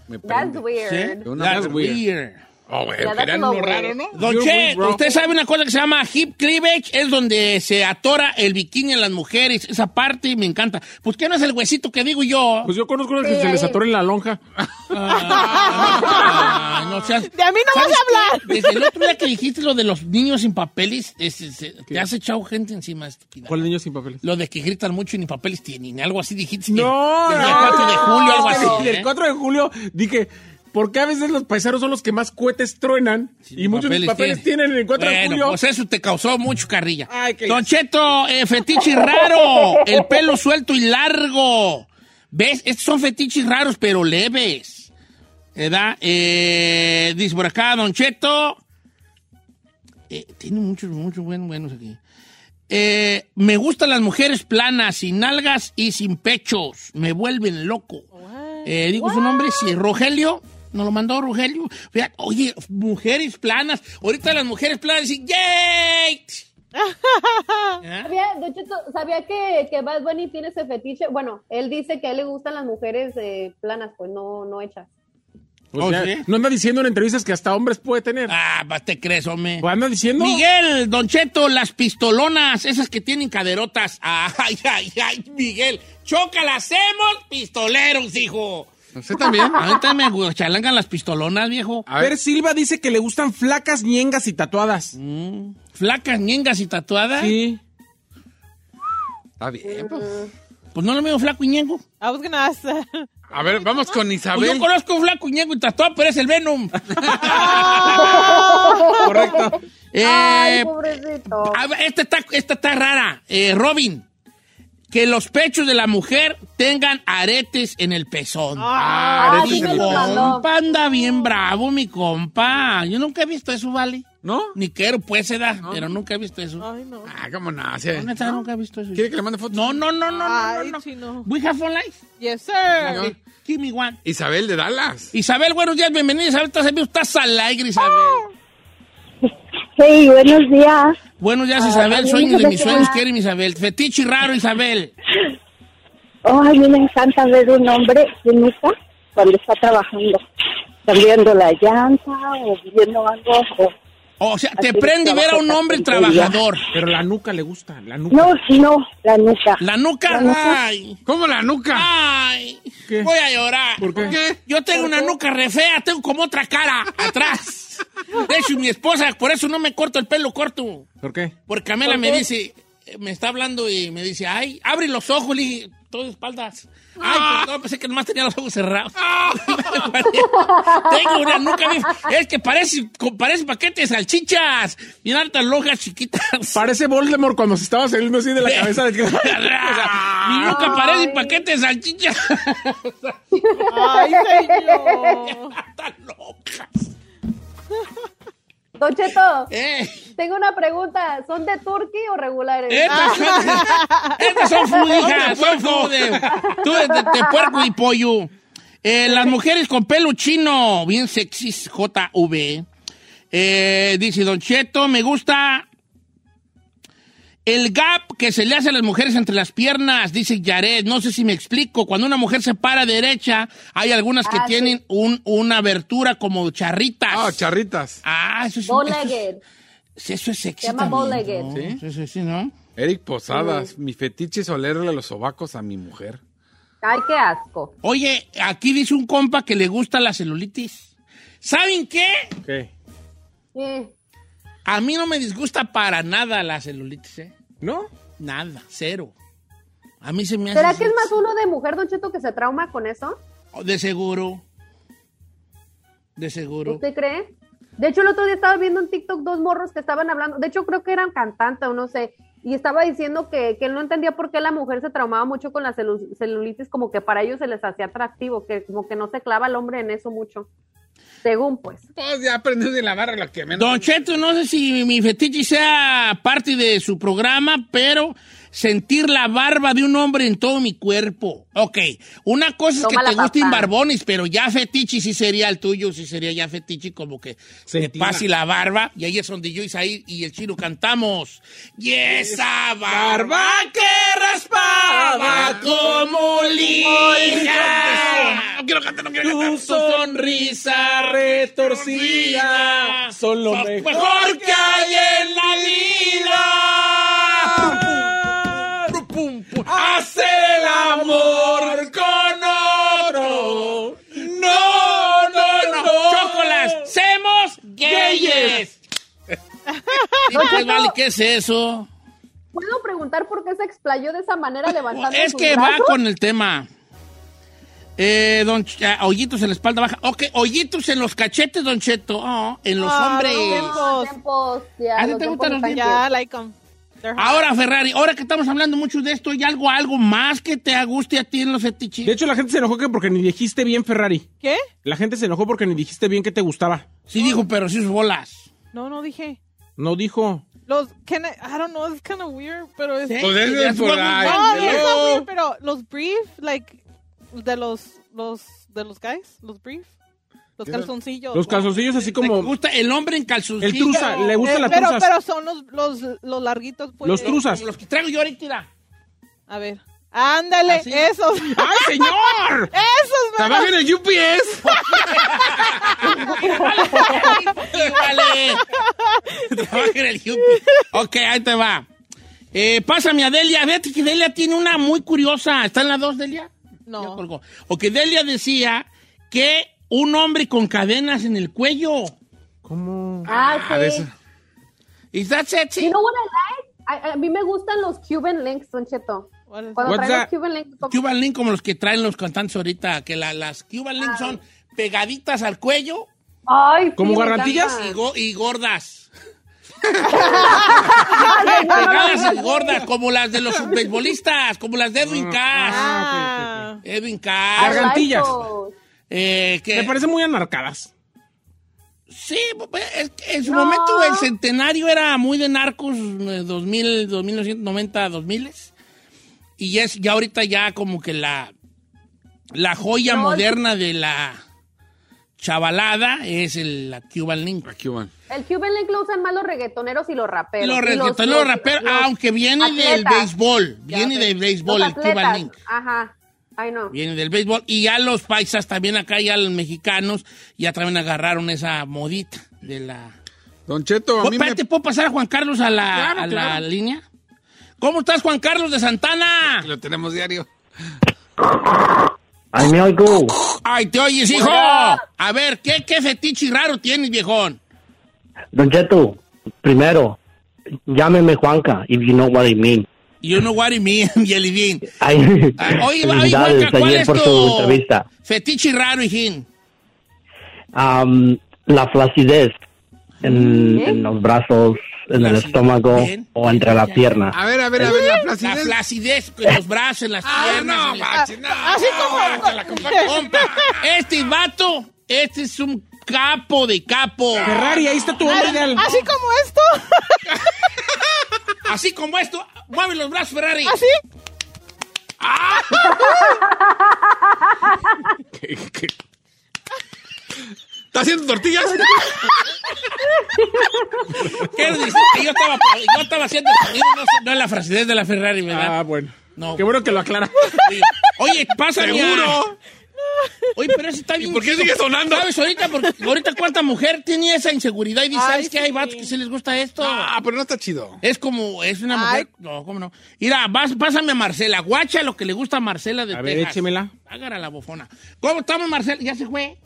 Speaker 6: Me
Speaker 5: That's
Speaker 6: prende.
Speaker 5: weird.
Speaker 3: ¿Sí?
Speaker 6: Una
Speaker 3: That's
Speaker 6: mujer weird.
Speaker 3: weird.
Speaker 6: Oh, güey,
Speaker 5: Yeah, that's
Speaker 6: eran
Speaker 5: a
Speaker 6: uno
Speaker 5: little
Speaker 6: raro,
Speaker 5: weird.
Speaker 6: ¿no?
Speaker 3: Don
Speaker 6: You're
Speaker 3: Che,
Speaker 6: weird, bro.
Speaker 3: usted sabe una cosa que se llama hip cleavage, es donde se atora el bikini en las mujeres. Esa parte me encanta. Pues, ¿qué no es el huesito que digo yo?
Speaker 4: Pues yo conozco a los
Speaker 5: Sí,
Speaker 4: que se
Speaker 5: ahí.
Speaker 4: les atora en la lonja.
Speaker 3: Ah, no seas-
Speaker 7: De a mí no vas
Speaker 3: ¿Sabes
Speaker 7: a
Speaker 3: qué?
Speaker 7: hablar.
Speaker 3: Desde el otro día que dijiste lo de los niños sin papeles, es- es- es- te has echado gente encima, estúpida.
Speaker 4: ¿Cuál niño sin papeles?
Speaker 3: Lo de que gritan mucho y ni papeles tienen, algo así dijiste. que-
Speaker 4: No,
Speaker 3: del
Speaker 4: no. Este
Speaker 3: día 4 de julio, algo
Speaker 4: Es que
Speaker 3: así.
Speaker 4: El
Speaker 3: ¿eh?
Speaker 4: 4 de julio dije, ¿por qué a veces los paisanos son los que más cohetes truenan? y muchos de los papeles tienen en el 4 de
Speaker 3: Bueno,
Speaker 4: julio.
Speaker 3: Pues eso te causó mucho carrilla.
Speaker 4: Ay, qué-
Speaker 3: Don Cheto, eh, fetiche raro. El pelo suelto y largo. ¿Ves? Estos son fetiches raros, pero leves. ¿Verdad? Eh, dice por acá, Don Cheto. Eh, tiene muchos, muchos buen- buenos aquí. Eh, me gustan las mujeres planas, sin nalgas y sin pechos. Me vuelven loco. Eh, digo su nombre, sí, Rogelio. Nos lo mandó Rogelio. Vea, oye, mujeres planas. Ahorita las mujeres planas dicen, ¡yay! ¿Ah?
Speaker 5: Sabía, de hecho, to- sabía que, que Bad Bunny tiene ese fetiche. Bueno, él dice que a él le gustan las mujeres eh, planas, pues no, no hechas.
Speaker 4: O
Speaker 3: Oh,
Speaker 4: sea,
Speaker 3: ¿sí?
Speaker 4: No anda diciendo en entrevistas que hasta hombres puede tener.
Speaker 3: Ah, pues te crees, hombre.
Speaker 4: Pues anda diciendo.
Speaker 3: Miguel, Don Cheto, las pistolonas, esas que tienen caderotas. (laughs) Ay, ay, ay, Miguel. Chócalas, hacemos pistoleros, hijo.
Speaker 6: Usted también.
Speaker 3: Ahorita me chalangan las pistolonas, viejo.
Speaker 6: A ver.
Speaker 4: Fer Silva dice que le gustan flacas, ñengas y tatuadas.
Speaker 3: Flacas, ñengas y tatuadas.
Speaker 4: Sí.
Speaker 6: Está bien, pues.
Speaker 3: Pues no lo veo flaco y ñengo.
Speaker 7: I was gonna ask that.
Speaker 6: A ver, vamos con
Speaker 3: Pues yo
Speaker 6: Isabel.
Speaker 3: conozco un flaco y ñengo y tatuado, pero es el
Speaker 6: (laughs)
Speaker 3: Venom.
Speaker 4: Correcto.
Speaker 3: Eh,
Speaker 5: Ay, pobrecito.
Speaker 3: a ver, esta está, esta está rara. Eh, Robin, que los pechos de la mujer tengan aretes en el pezón.
Speaker 6: Ah,
Speaker 5: sí
Speaker 6: eres
Speaker 5: me
Speaker 6: el
Speaker 5: lo
Speaker 6: mejor.
Speaker 5: mandó.
Speaker 3: compa anda bien bravo, mi compa. Yo nunca he visto eso, ¿vale?
Speaker 6: ¿No?
Speaker 3: Ni quiero, pues, se da, pero nunca he visto eso.
Speaker 7: Ay, no.
Speaker 6: Ah, cómo no. sí.
Speaker 3: Neta, nunca he visto eso.
Speaker 6: ¿Quiere que le mande fotos?
Speaker 3: No, no, no, no, no,
Speaker 7: Ay,
Speaker 3: no, no.
Speaker 7: chino.
Speaker 3: We have one life.
Speaker 7: Yes, sir.
Speaker 3: Okay, Give me one.
Speaker 6: Isabel de Dallas.
Speaker 3: Isabel, buenos días, bienvenida. Isabel, estás en vivo, estás alegre, Isabel.
Speaker 11: Hey, buenos días.
Speaker 3: Buenos días, Isabel.
Speaker 11: ay,
Speaker 3: Sueños
Speaker 11: Isabel, (laughs)
Speaker 3: de mis
Speaker 11: qué
Speaker 3: sueños,
Speaker 11: guay.
Speaker 3: quiere Isabel. Fetiche raro, Isabel.
Speaker 11: Oh, a mí me encanta ver un hombre en misa cuando está trabajando, cambiando la llanta o viendo algo. o-
Speaker 3: O sea, te
Speaker 11: Así
Speaker 3: prende ver a un
Speaker 11: trabajo
Speaker 3: hombre
Speaker 11: tan sencillo.
Speaker 3: trabajador.
Speaker 4: Pero la nuca le gusta, la nuca.
Speaker 11: No, no, la nuca.
Speaker 3: La nuca,
Speaker 11: La nuca.
Speaker 3: ay,
Speaker 6: ¿Cómo la nuca?
Speaker 3: ay.
Speaker 4: ¿Qué?
Speaker 3: Voy a llorar.
Speaker 4: ¿Por qué?
Speaker 3: Yo tengo una nuca re fea, tengo como otra cara
Speaker 11: (laughs)
Speaker 3: atrás. De hecho, mi esposa, por eso no me corto el pelo corto.
Speaker 4: ¿Por qué?
Speaker 3: Porque Camela me dice, eh, me está hablando y me dice, ay, abre los ojos, le dije, todo de espaldas.
Speaker 4: Ah.
Speaker 3: Ay, perdón, pensé que nomás tenía los ojos cerrados. (laughs) Tengo una nuca bien- Es que parece, parece paquete de salchichas. Bien altas lonjas chiquitas. (laughs)
Speaker 4: Parece Voldemort cuando se estaba saliendo así de la cabeza de
Speaker 3: Mi
Speaker 4: Ah.
Speaker 3: nuca parece paquete de salchichas.
Speaker 7: Ay, señor.
Speaker 3: Está loca.
Speaker 5: Don Cheto,
Speaker 3: Eh.
Speaker 5: tengo una pregunta. ¿Son de Turquía o regulares? Ah, (laughs)
Speaker 3: Estas son, estas son food, hija, son food de, tú de, de- de puerco y pollo. Eh, las mujeres con pelo chino, bien sexys, JV. Eh, dice Don Cheto, me gusta el gap que se le hace a las mujeres entre las piernas, dice Yaret. No sé si me explico. Cuando una mujer se para derecha, hay algunas que
Speaker 5: Ah, sí.
Speaker 3: tienen un- una abertura como charritas.
Speaker 6: Ah, charritas.
Speaker 3: Ah, eso es, eso es,
Speaker 5: Bow-legged.
Speaker 3: eso es
Speaker 5: Se
Speaker 3: sexy
Speaker 5: llama
Speaker 3: también,
Speaker 5: bow-legged.
Speaker 3: ¿no?
Speaker 6: ¿Sí?
Speaker 3: Sí, sí, sí, ¿no?
Speaker 6: Eric Posadas, mi fetiche es olerle los sobacos a mi mujer.
Speaker 5: Ay, qué asco.
Speaker 3: Oye, aquí dice un compa que le gusta la celulitis. ¿Saben qué?
Speaker 4: ¿Qué?
Speaker 5: Eh,
Speaker 3: A mí no me disgusta para nada la celulitis, ¿eh?
Speaker 4: ¿No?
Speaker 3: Nada, cero. A mí se me hace...
Speaker 5: ¿Será que es más uno de mujer, Don Cheto, que se trauma con eso?
Speaker 3: De seguro. De seguro.
Speaker 5: ¿Usted cree? De hecho, el otro día estaba viendo en TikTok dos morros que estaban hablando. De hecho, creo que eran cantantes o no sé. Y estaba diciendo que, que él no entendía por qué la mujer se traumaba mucho con la celu- celulitis, como que para ellos se les hacía atractivo, que como que no se clava el hombre en eso mucho. Según pues.
Speaker 6: Pues ya aprendes de la barra lo que menos.
Speaker 3: Don Cheto, no sé si mi fetiche sea parte de su programa, pero sentir la barba de un hombre en todo mi cuerpo. Ok, una cosa es
Speaker 5: Toma
Speaker 3: que
Speaker 5: la
Speaker 3: te gusten
Speaker 5: papá.
Speaker 3: barbones, pero ya fetiche sí sería el tuyo, sí sería ya fetiche como que se te
Speaker 4: Sentir la-
Speaker 3: pase la barba. Y ahí es donde yo, Isaí y el chino cantamos. Y esa barba que raspaba como lija. No quiero cantar, no quiero cantar.
Speaker 4: Tu sonrisa retorcida son lo
Speaker 3: Lo
Speaker 4: mejor.
Speaker 3: mejor que hay en la vida. Pum, pum, pum.
Speaker 4: Hace el amor con otro. No, no, no.
Speaker 3: Chocolas, semos
Speaker 7: (laughs)
Speaker 3: gayes. Pues, vale, ¿qué es eso?
Speaker 5: ¿Puedo preguntar por qué se explayó de esa manera levantando
Speaker 3: Pues, Es
Speaker 5: sus
Speaker 3: que va
Speaker 5: brazos?
Speaker 3: con el tema. Eh, don Ch- ah, hoyitos en la espalda baja. Ok, hoyitos en los cachetes, Don Cheto. Oh, en los
Speaker 7: Ah,
Speaker 3: hombres.
Speaker 7: no.
Speaker 5: Los tiempos, ya,
Speaker 3: ¿A ti
Speaker 5: los
Speaker 3: Ah, te gustan
Speaker 5: tiempos
Speaker 3: los
Speaker 5: cambian.
Speaker 7: Ya, like 'em. They're hot.
Speaker 3: Ahora, Ferrari, ahora que estamos hablando mucho de esto, ¿hay algo, algo más que te guste a ti en los fetiches?
Speaker 4: De hecho, la gente se enojó que porque ni dijiste bien Ferrari.
Speaker 7: ¿Qué?
Speaker 4: La gente se enojó porque ni dijiste bien que te gustaba.
Speaker 3: Sí dijo, pero sí sus bolas.
Speaker 7: No, no dije.
Speaker 4: No dijo.
Speaker 7: Los, can I, I don't know, it's kind of weird, pero es...
Speaker 3: ¿Sí?
Speaker 6: Pues ese
Speaker 3: Ya
Speaker 6: es
Speaker 3: estuvo
Speaker 6: por
Speaker 3: muy
Speaker 6: ahí.
Speaker 7: No,
Speaker 3: mal,
Speaker 7: no, it's
Speaker 3: ¿no?
Speaker 7: not weird, pero los brief, like, de los, los, de los guys, los brief, los calzoncillos.
Speaker 4: Los calzoncillos
Speaker 3: ¿Te
Speaker 4: así como
Speaker 3: gusta el hombre en calzoncillo?
Speaker 4: el trusa, le gusta
Speaker 7: Eh,
Speaker 4: la
Speaker 7: pero,
Speaker 4: trusa.
Speaker 7: pero son los, los, los larguitos. Pues,
Speaker 4: Los
Speaker 7: eh,
Speaker 4: truzas.
Speaker 3: Los que traigo yo ahorita. mira.
Speaker 7: A ver. Ándale,
Speaker 3: Así.
Speaker 7: esos.
Speaker 4: ¡Ay, señor!
Speaker 7: (laughs) Esos, man.
Speaker 6: Trabaja en el UPS.
Speaker 3: Vale. eh. (laughs) Trabaja en el Yupi. ok, ahí te va. Eh, pásame a Delia. Vete que Delia tiene una muy curiosa. ¿Están las dos, Delia? Ya
Speaker 7: No.
Speaker 3: colgó. Ok, Delia decía que un hombre con cadenas en el cuello.
Speaker 4: ¿Cómo?
Speaker 5: Ah,
Speaker 6: A ver,
Speaker 5: sí.
Speaker 6: eso-
Speaker 3: ¿Is that sexy?
Speaker 5: You know what I like? A, a mí me gustan los Cuban links, Don Cheto.
Speaker 7: What is-
Speaker 5: Cuando
Speaker 4: What's
Speaker 5: traen
Speaker 4: that?
Speaker 5: los Cuban links, como-
Speaker 3: Cuban Link como los que traen los cantantes ahorita, que la- las Cuban Link son pegaditas al cuello
Speaker 5: Ay, sí,
Speaker 4: ¿Como
Speaker 5: me
Speaker 4: gargantillas?
Speaker 5: encanta.
Speaker 3: y, go- y gordas.
Speaker 5: Ay, no, no, no, no,
Speaker 3: Pegadas y
Speaker 5: no.
Speaker 3: gordas, como las de los futbolistas, como las de Edwin Cass.
Speaker 7: Ah.
Speaker 3: Edwin
Speaker 5: I
Speaker 3: Cass.
Speaker 5: like
Speaker 4: gargantillas.
Speaker 5: those.
Speaker 3: eh, que,
Speaker 4: Me parecen muy anarcadas.
Speaker 3: Sí, pues, es que en su
Speaker 5: No.
Speaker 3: momento el centenario era muy de narcos, eh, 2000, 1990, 2000. Y es ya ahorita ya como que la, la joya
Speaker 5: No,
Speaker 3: moderna de la chavalada es el, la Cuban Link.
Speaker 6: Aquí van.
Speaker 5: El Cuban link lo usan más los reggaetoneros y los raperos.
Speaker 3: Los
Speaker 5: Y
Speaker 3: reggaetoneros
Speaker 5: los-
Speaker 3: raperos,
Speaker 5: los
Speaker 3: aunque viene del
Speaker 5: atletas.
Speaker 3: béisbol,
Speaker 5: Ya
Speaker 3: viene
Speaker 5: sé.
Speaker 3: del béisbol
Speaker 5: Los
Speaker 3: el Cuban
Speaker 5: atletas,
Speaker 3: Link.
Speaker 5: Ajá. Ay, no.
Speaker 3: Viene del béisbol. Y ya los paisas también acá, ya los mexicanos, ya también agarraron esa modita de la...
Speaker 6: Don Cheto, a mí me...
Speaker 3: Espérate, ¿puedo pasar a Juan Carlos a la,
Speaker 6: Claro,
Speaker 3: a la
Speaker 6: claro.
Speaker 3: línea? ¿Cómo estás, Juan Carlos de Santana?
Speaker 6: Lo tenemos diario.
Speaker 12: Ahí me oigo.
Speaker 3: ¡Ay, te oyes, hijo! A ver, ¿qué, qué fetiche raro tienes, viejón?
Speaker 12: Don Cheto, primero, llámeme Juanca, if you know what I mean.
Speaker 3: Y yo no guari mi, (laughs) Yelidín.
Speaker 12: Ay, (laughs)
Speaker 3: Ah, Oye, oye,
Speaker 12: felicidades
Speaker 3: Juanca, ¿cuál
Speaker 12: ayer
Speaker 3: es
Speaker 12: por tu
Speaker 3: tu
Speaker 12: entrevista.
Speaker 3: fetiche raro, hijín?
Speaker 12: Am, Um, la flacidez en,
Speaker 2: Mm-hmm.
Speaker 12: en los brazos, en el
Speaker 3: Flacidez,
Speaker 12: estómago
Speaker 3: bien.
Speaker 12: o entre la pierna.
Speaker 6: A ver, a ver, a ver, la
Speaker 3: La
Speaker 6: placidez.
Speaker 3: flacidez en los brazos, en las
Speaker 6: (laughs) Ah,
Speaker 3: piernas.
Speaker 6: no,
Speaker 3: en la-
Speaker 6: machi, no.
Speaker 7: Así como-
Speaker 6: Te la compa-
Speaker 3: Compa, este vato, este es un capo de capo.
Speaker 4: Ferrari, ahí está tu hombre ideal.
Speaker 3: Ah,
Speaker 7: (laughs) Así como esto. (laughs)
Speaker 3: Así como esto, mueve los brazos, Ferrari.
Speaker 6: ¿Ah,
Speaker 7: Así.
Speaker 6: ¿Está haciendo tortillas?
Speaker 3: Quiero decir que yo estaba, yo estaba haciendo el sonido, no, sé, no es la frasidez de la Ferrari, ¿verdad?
Speaker 4: Ah, bueno.
Speaker 3: No.
Speaker 4: Qué bueno que lo aclara.
Speaker 3: Sí. Oye, pásame
Speaker 6: Seguro.
Speaker 3: a- Oye, pero ese está bien.
Speaker 6: por qué
Speaker 3: chido.
Speaker 6: sigue sonando?
Speaker 3: ¿Sabes ahorita? Porque ahorita cuánta mujer tiene esa inseguridad y dice,
Speaker 7: Ay,
Speaker 3: ¿sabes qué? Hay
Speaker 7: sí.
Speaker 3: vatos que sí les gusta esto.
Speaker 6: Ah, pero no está chido.
Speaker 3: Es como, es una mujer. No, ¿cómo no? Mira, vas, pásame a Marcela. Guacha lo que le gusta a Marcela de
Speaker 4: A ver,
Speaker 3: Texas.
Speaker 4: échemela.
Speaker 3: Hágala la bofona. ¿Cómo estamos, Marcela? ¿Ya se fue?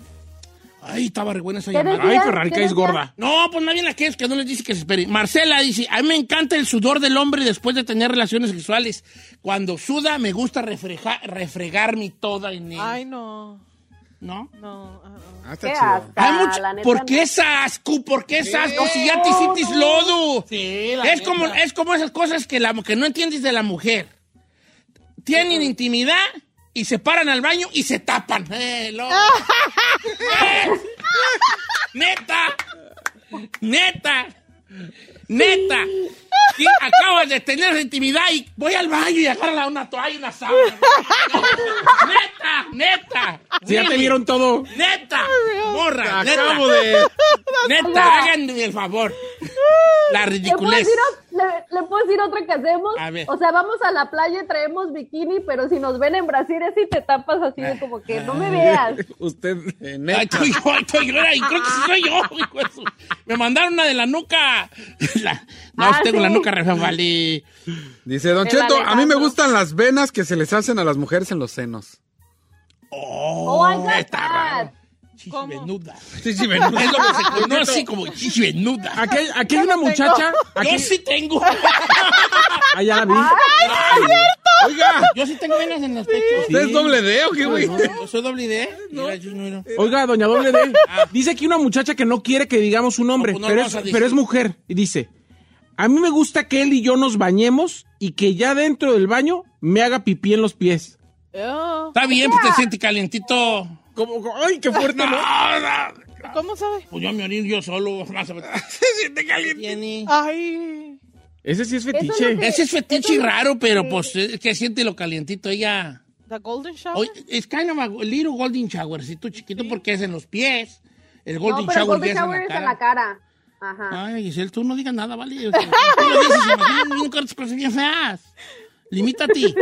Speaker 3: Ay, estaba re buena esa
Speaker 4: ¿Qué
Speaker 3: llamada.
Speaker 4: decía? Ay, Ferrari, ¿Qué que es decía? gorda.
Speaker 3: No, pues nadie la quiere, es que no les dice que se espere. Marcela dice, a mí me encanta el sudor del hombre después de tener relaciones sexuales. Cuando suda, me gusta refreja- refregar mi toda en él.
Speaker 7: Ay, no.
Speaker 3: ¿No?
Speaker 7: No. ah, ah.
Speaker 3: Ah, está chido. Hay mucho- ¿Por qué es asco? ¿Por qué es asco? Si ya te hiciste lodo.
Speaker 13: la
Speaker 3: es, como,
Speaker 13: neta.
Speaker 3: es como esas cosas que, la, que no entiendes de la mujer. Tienen intimidad y se paran al baño y se tapan. Eh, lo- Eh, ¡Neta! ¡Neta! ¡Neta! Y acabas de tener intimidad y voy al baño y agarra una toalla y una sábana. (laughs) ¡Neta! ¡Neta!
Speaker 4: Si ya te
Speaker 3: Really.
Speaker 4: vieron todo.
Speaker 3: ¡Neta! ¡Morra!
Speaker 4: Te acabo
Speaker 3: neta.
Speaker 4: de-
Speaker 3: (laughs) ¡Neta!
Speaker 5: Oiga.
Speaker 3: Háganme el favor. La
Speaker 5: ¿Le puedo,
Speaker 3: ridiculez.
Speaker 5: decir, o- le, le puedo decir otra que hacemos?
Speaker 3: A ver.
Speaker 5: O sea, vamos a la playa y traemos bikini, pero si nos ven en Brasil, así te tapas así de como que no me veas.
Speaker 4: Usted.
Speaker 3: Ay, estoy yo, ay, estoy yo, ay, creo que sí soy yo. (laughs) hijo de su- Me mandaron una de la nuca. (laughs) La- no,
Speaker 6: Ah,
Speaker 3: tengo la
Speaker 6: sí.
Speaker 3: nuca refalí.
Speaker 6: Dice Don
Speaker 3: El
Speaker 6: Cheto, a mí me
Speaker 3: Alejandro.
Speaker 6: gustan las venas que se les hacen a las mujeres en los senos.
Speaker 3: Oh, está raro. Chichivenuda.
Speaker 6: (laughs) Chichivenuda.
Speaker 3: Es lo que se conoce como chichivenuda.
Speaker 4: Aquí hay- aquí hay una muchacha- aquí-
Speaker 3: Yo sí tengo.
Speaker 4: Ah, ya la vi.
Speaker 3: Ay,
Speaker 6: Oiga.
Speaker 3: Yo sí tengo venas en los pechos.
Speaker 4: ¿Usted es doble D o qué, güey?
Speaker 3: No, no, Yo soy doble D. ¿eh? Mira, yo no era.
Speaker 4: Oiga, doña Doble D, dice aquí una muchacha que no quiere que digamos su nombre,
Speaker 3: No, pues no lo
Speaker 4: pero,
Speaker 3: vas
Speaker 4: es,
Speaker 3: a decir.
Speaker 4: pero es mujer. Y dice, a mí me gusta que él y yo nos bañemos y que ya dentro del baño me haga pipí en los pies.
Speaker 7: ah. Oh,
Speaker 3: Está bien, pues te sientes calientito.
Speaker 4: ¡Ay, qué fuerte!
Speaker 3: No, no,
Speaker 7: ¿Cómo sabe?
Speaker 3: Pues yo me orino yo solo. (laughs) Más o menos. Se siente caliente. Ah,
Speaker 7: Ay.
Speaker 4: (laughs) Ese sí es
Speaker 7: fetiche. lo que-
Speaker 3: Ese es fetiche
Speaker 7: eso-
Speaker 3: raro, pero
Speaker 7: Sí.
Speaker 3: pues es que siente lo calientito ella.
Speaker 7: The Golden Shower.
Speaker 3: Oye, es kind of a little golden showercito chiquito porque es en los pies. El golden
Speaker 5: no, pero el
Speaker 3: shower
Speaker 5: golden
Speaker 3: ya
Speaker 5: shower
Speaker 3: es en la cara.
Speaker 5: cara. Ajá.
Speaker 3: Ay, Giselle, tú no digas nada, ¿vale? Tú no dices, imagínate, nunca te cosas bien feas. Limítate.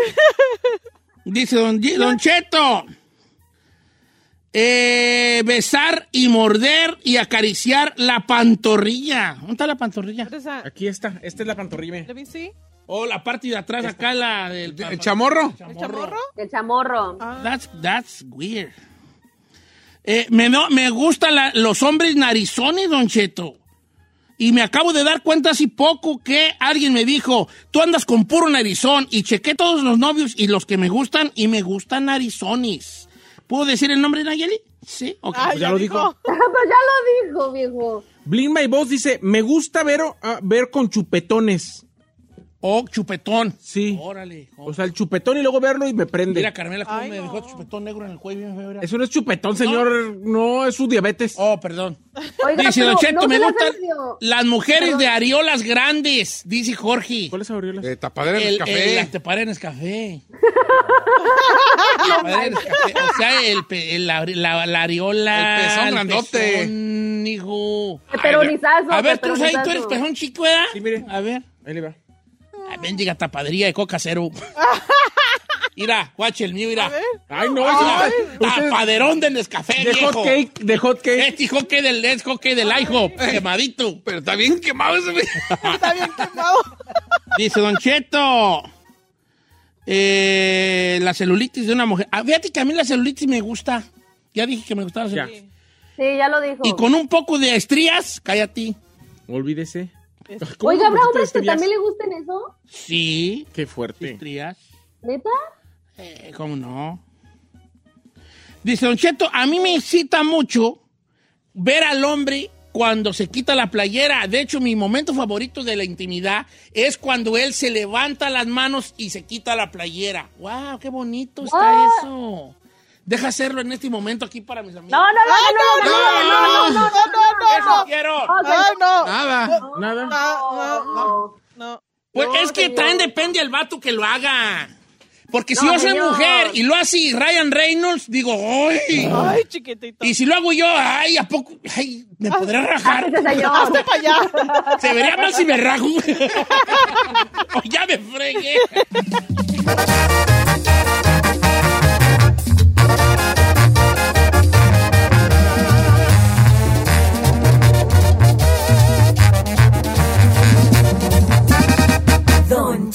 Speaker 3: Dice don, Ye- don Cheto. eh, besar y morder y acariciar la pantorrilla. ¿Dónde está la pantorrilla?
Speaker 4: Aquí está, esta es la pantorrilla.
Speaker 7: Let me see.
Speaker 3: O Oh, la parte de atrás,
Speaker 4: Este-
Speaker 3: acá la del...
Speaker 6: ¿El chamorro?
Speaker 7: ¿El chamorro?
Speaker 5: El chamorro.
Speaker 3: That's, that's weird. Eh, me, no- me gustan la- los hombres narizones, Don Cheto. Y me acabo de dar cuenta hace poco que alguien me dijo, tú andas con puro narizón. Y chequé todos los novios y los que me gustan, y me gustan narizones. ¿Puedo decir el nombre, Nayeli? Sí, ok.
Speaker 4: Ah, Pues ya ya lo dijo. dijo.
Speaker 5: pero ya lo dijo, viejo.
Speaker 4: Blink My Boss dice, me gusta ver, ah, ver con chupetones.
Speaker 3: Oh, chupetón.
Speaker 4: Sí.
Speaker 3: Órale.
Speaker 4: O sea, el chupetón y luego verlo y me prende.
Speaker 3: Mira, Carmela, cómo me dejó el chupetón negro en el cuello. bien feo, mira.
Speaker 4: Eso no es chupetón, señor. No, es su diabetes.
Speaker 3: Oh, perdón.
Speaker 5: Oiga,
Speaker 3: Dice
Speaker 5: pero
Speaker 3: Don Cheto,
Speaker 5: no
Speaker 3: me
Speaker 5: se le
Speaker 3: gustan
Speaker 5: ofendió.
Speaker 3: las mujeres
Speaker 5: Perdón.
Speaker 3: de areolas grandes, dice Jorge.
Speaker 4: ¿Cuáles areolas?
Speaker 6: De tapadera en el
Speaker 3: El,
Speaker 6: café.
Speaker 3: las
Speaker 5: (laughs)
Speaker 3: tapaderas café. Tapaderas café. O sea, el, pe- el- la, la- la areola.
Speaker 6: El pezón grandote.
Speaker 3: pezón, hijo.
Speaker 5: Pepperonizazo,
Speaker 3: A ver, tú, ahí, tú
Speaker 5: pepperonizazo.
Speaker 3: eres pezón chico, ¿verdad?
Speaker 4: Sí, mire.
Speaker 3: A ver.
Speaker 4: Ahí le va.
Speaker 3: Ay, Bendiga tapadría de coca
Speaker 5: (laughs)
Speaker 3: cero. Mira, guache el mío, mira.
Speaker 4: Ay, no,
Speaker 3: Mira,
Speaker 4: eso- usted-
Speaker 3: Tapaderón del Nescafé,
Speaker 4: De
Speaker 3: viejo.
Speaker 4: hot cake, de hot cake.
Speaker 3: Este hijo que del es hockey del IHOP, quemadito.
Speaker 6: Pero está bien
Speaker 3: (laughs)
Speaker 6: quemado ese. güey.
Speaker 7: Está bien quemado.
Speaker 3: Dice Don Cheto. eh, la celulitis de una mujer. Ah, fíjate que a mí la celulitis me gusta. Ya dije que me gustaba la
Speaker 4: Ya.
Speaker 3: celulitis.
Speaker 5: Sí, ya lo dijo.
Speaker 3: Y con un poco de estrías, cállate.
Speaker 4: Olvídese. ¿Cómo
Speaker 5: Oiga, ¿habrá
Speaker 4: que
Speaker 5: hombres que
Speaker 4: estrías?
Speaker 5: también le gusten eso?
Speaker 3: Sí,
Speaker 4: Qué fuerte.
Speaker 3: estrías.
Speaker 5: ¿Neta?
Speaker 3: Eh, ¿Cómo no? Dice Don Cheto, a mí me excita mucho ver al hombre cuando se quita la playera. De hecho, mi momento favorito de la intimidad es cuando él se levanta las manos y se quita la playera. ¡Wow! ¡Qué bonito está
Speaker 5: Ah.
Speaker 3: eso! Deja hacerlo en este momento aquí para mis amigos.
Speaker 5: No, no, no, no, no, no, no, no, no, no, no, no,
Speaker 3: ¡Eso
Speaker 5: no, no.
Speaker 3: quiero!
Speaker 7: Ay, no.
Speaker 6: Nada.
Speaker 4: Nada.
Speaker 7: No, no,
Speaker 5: No.
Speaker 7: no.
Speaker 3: Pues
Speaker 5: No,
Speaker 3: es que
Speaker 5: señor.
Speaker 3: también depende el vato que lo haga. Porque si
Speaker 5: No,
Speaker 3: yo soy
Speaker 5: señor.
Speaker 3: mujer y lo hace Ryan Reynolds, digo, ¡ay!
Speaker 7: Ay, chiquitito.
Speaker 3: Y si lo hago yo, ay, ¿a poco? Ay, ¿me podré
Speaker 5: (laughs)
Speaker 3: rajar?
Speaker 5: Ese señor.
Speaker 7: Hazte para allá.
Speaker 3: Se vería mal si me rajo. (laughs) o ya me fregué.
Speaker 9: Don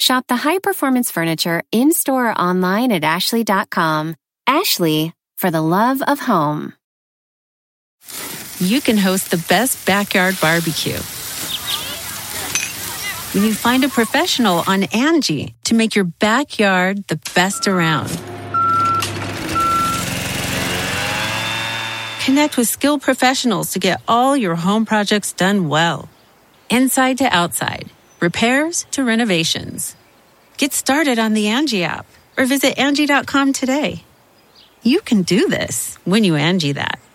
Speaker 1: Shop the high performance furniture in store or online at ashley.com. Ashley, for the love of home.
Speaker 2: you can host the best backyard barbecue. When you find a professional on Angie to make your backyard the best around. Connect with skilled professionals to get all your home projects done well. Inside to outside, repairs to renovations. Get started on the Angie app or visit Angie.com today. You can do this when you Angie that.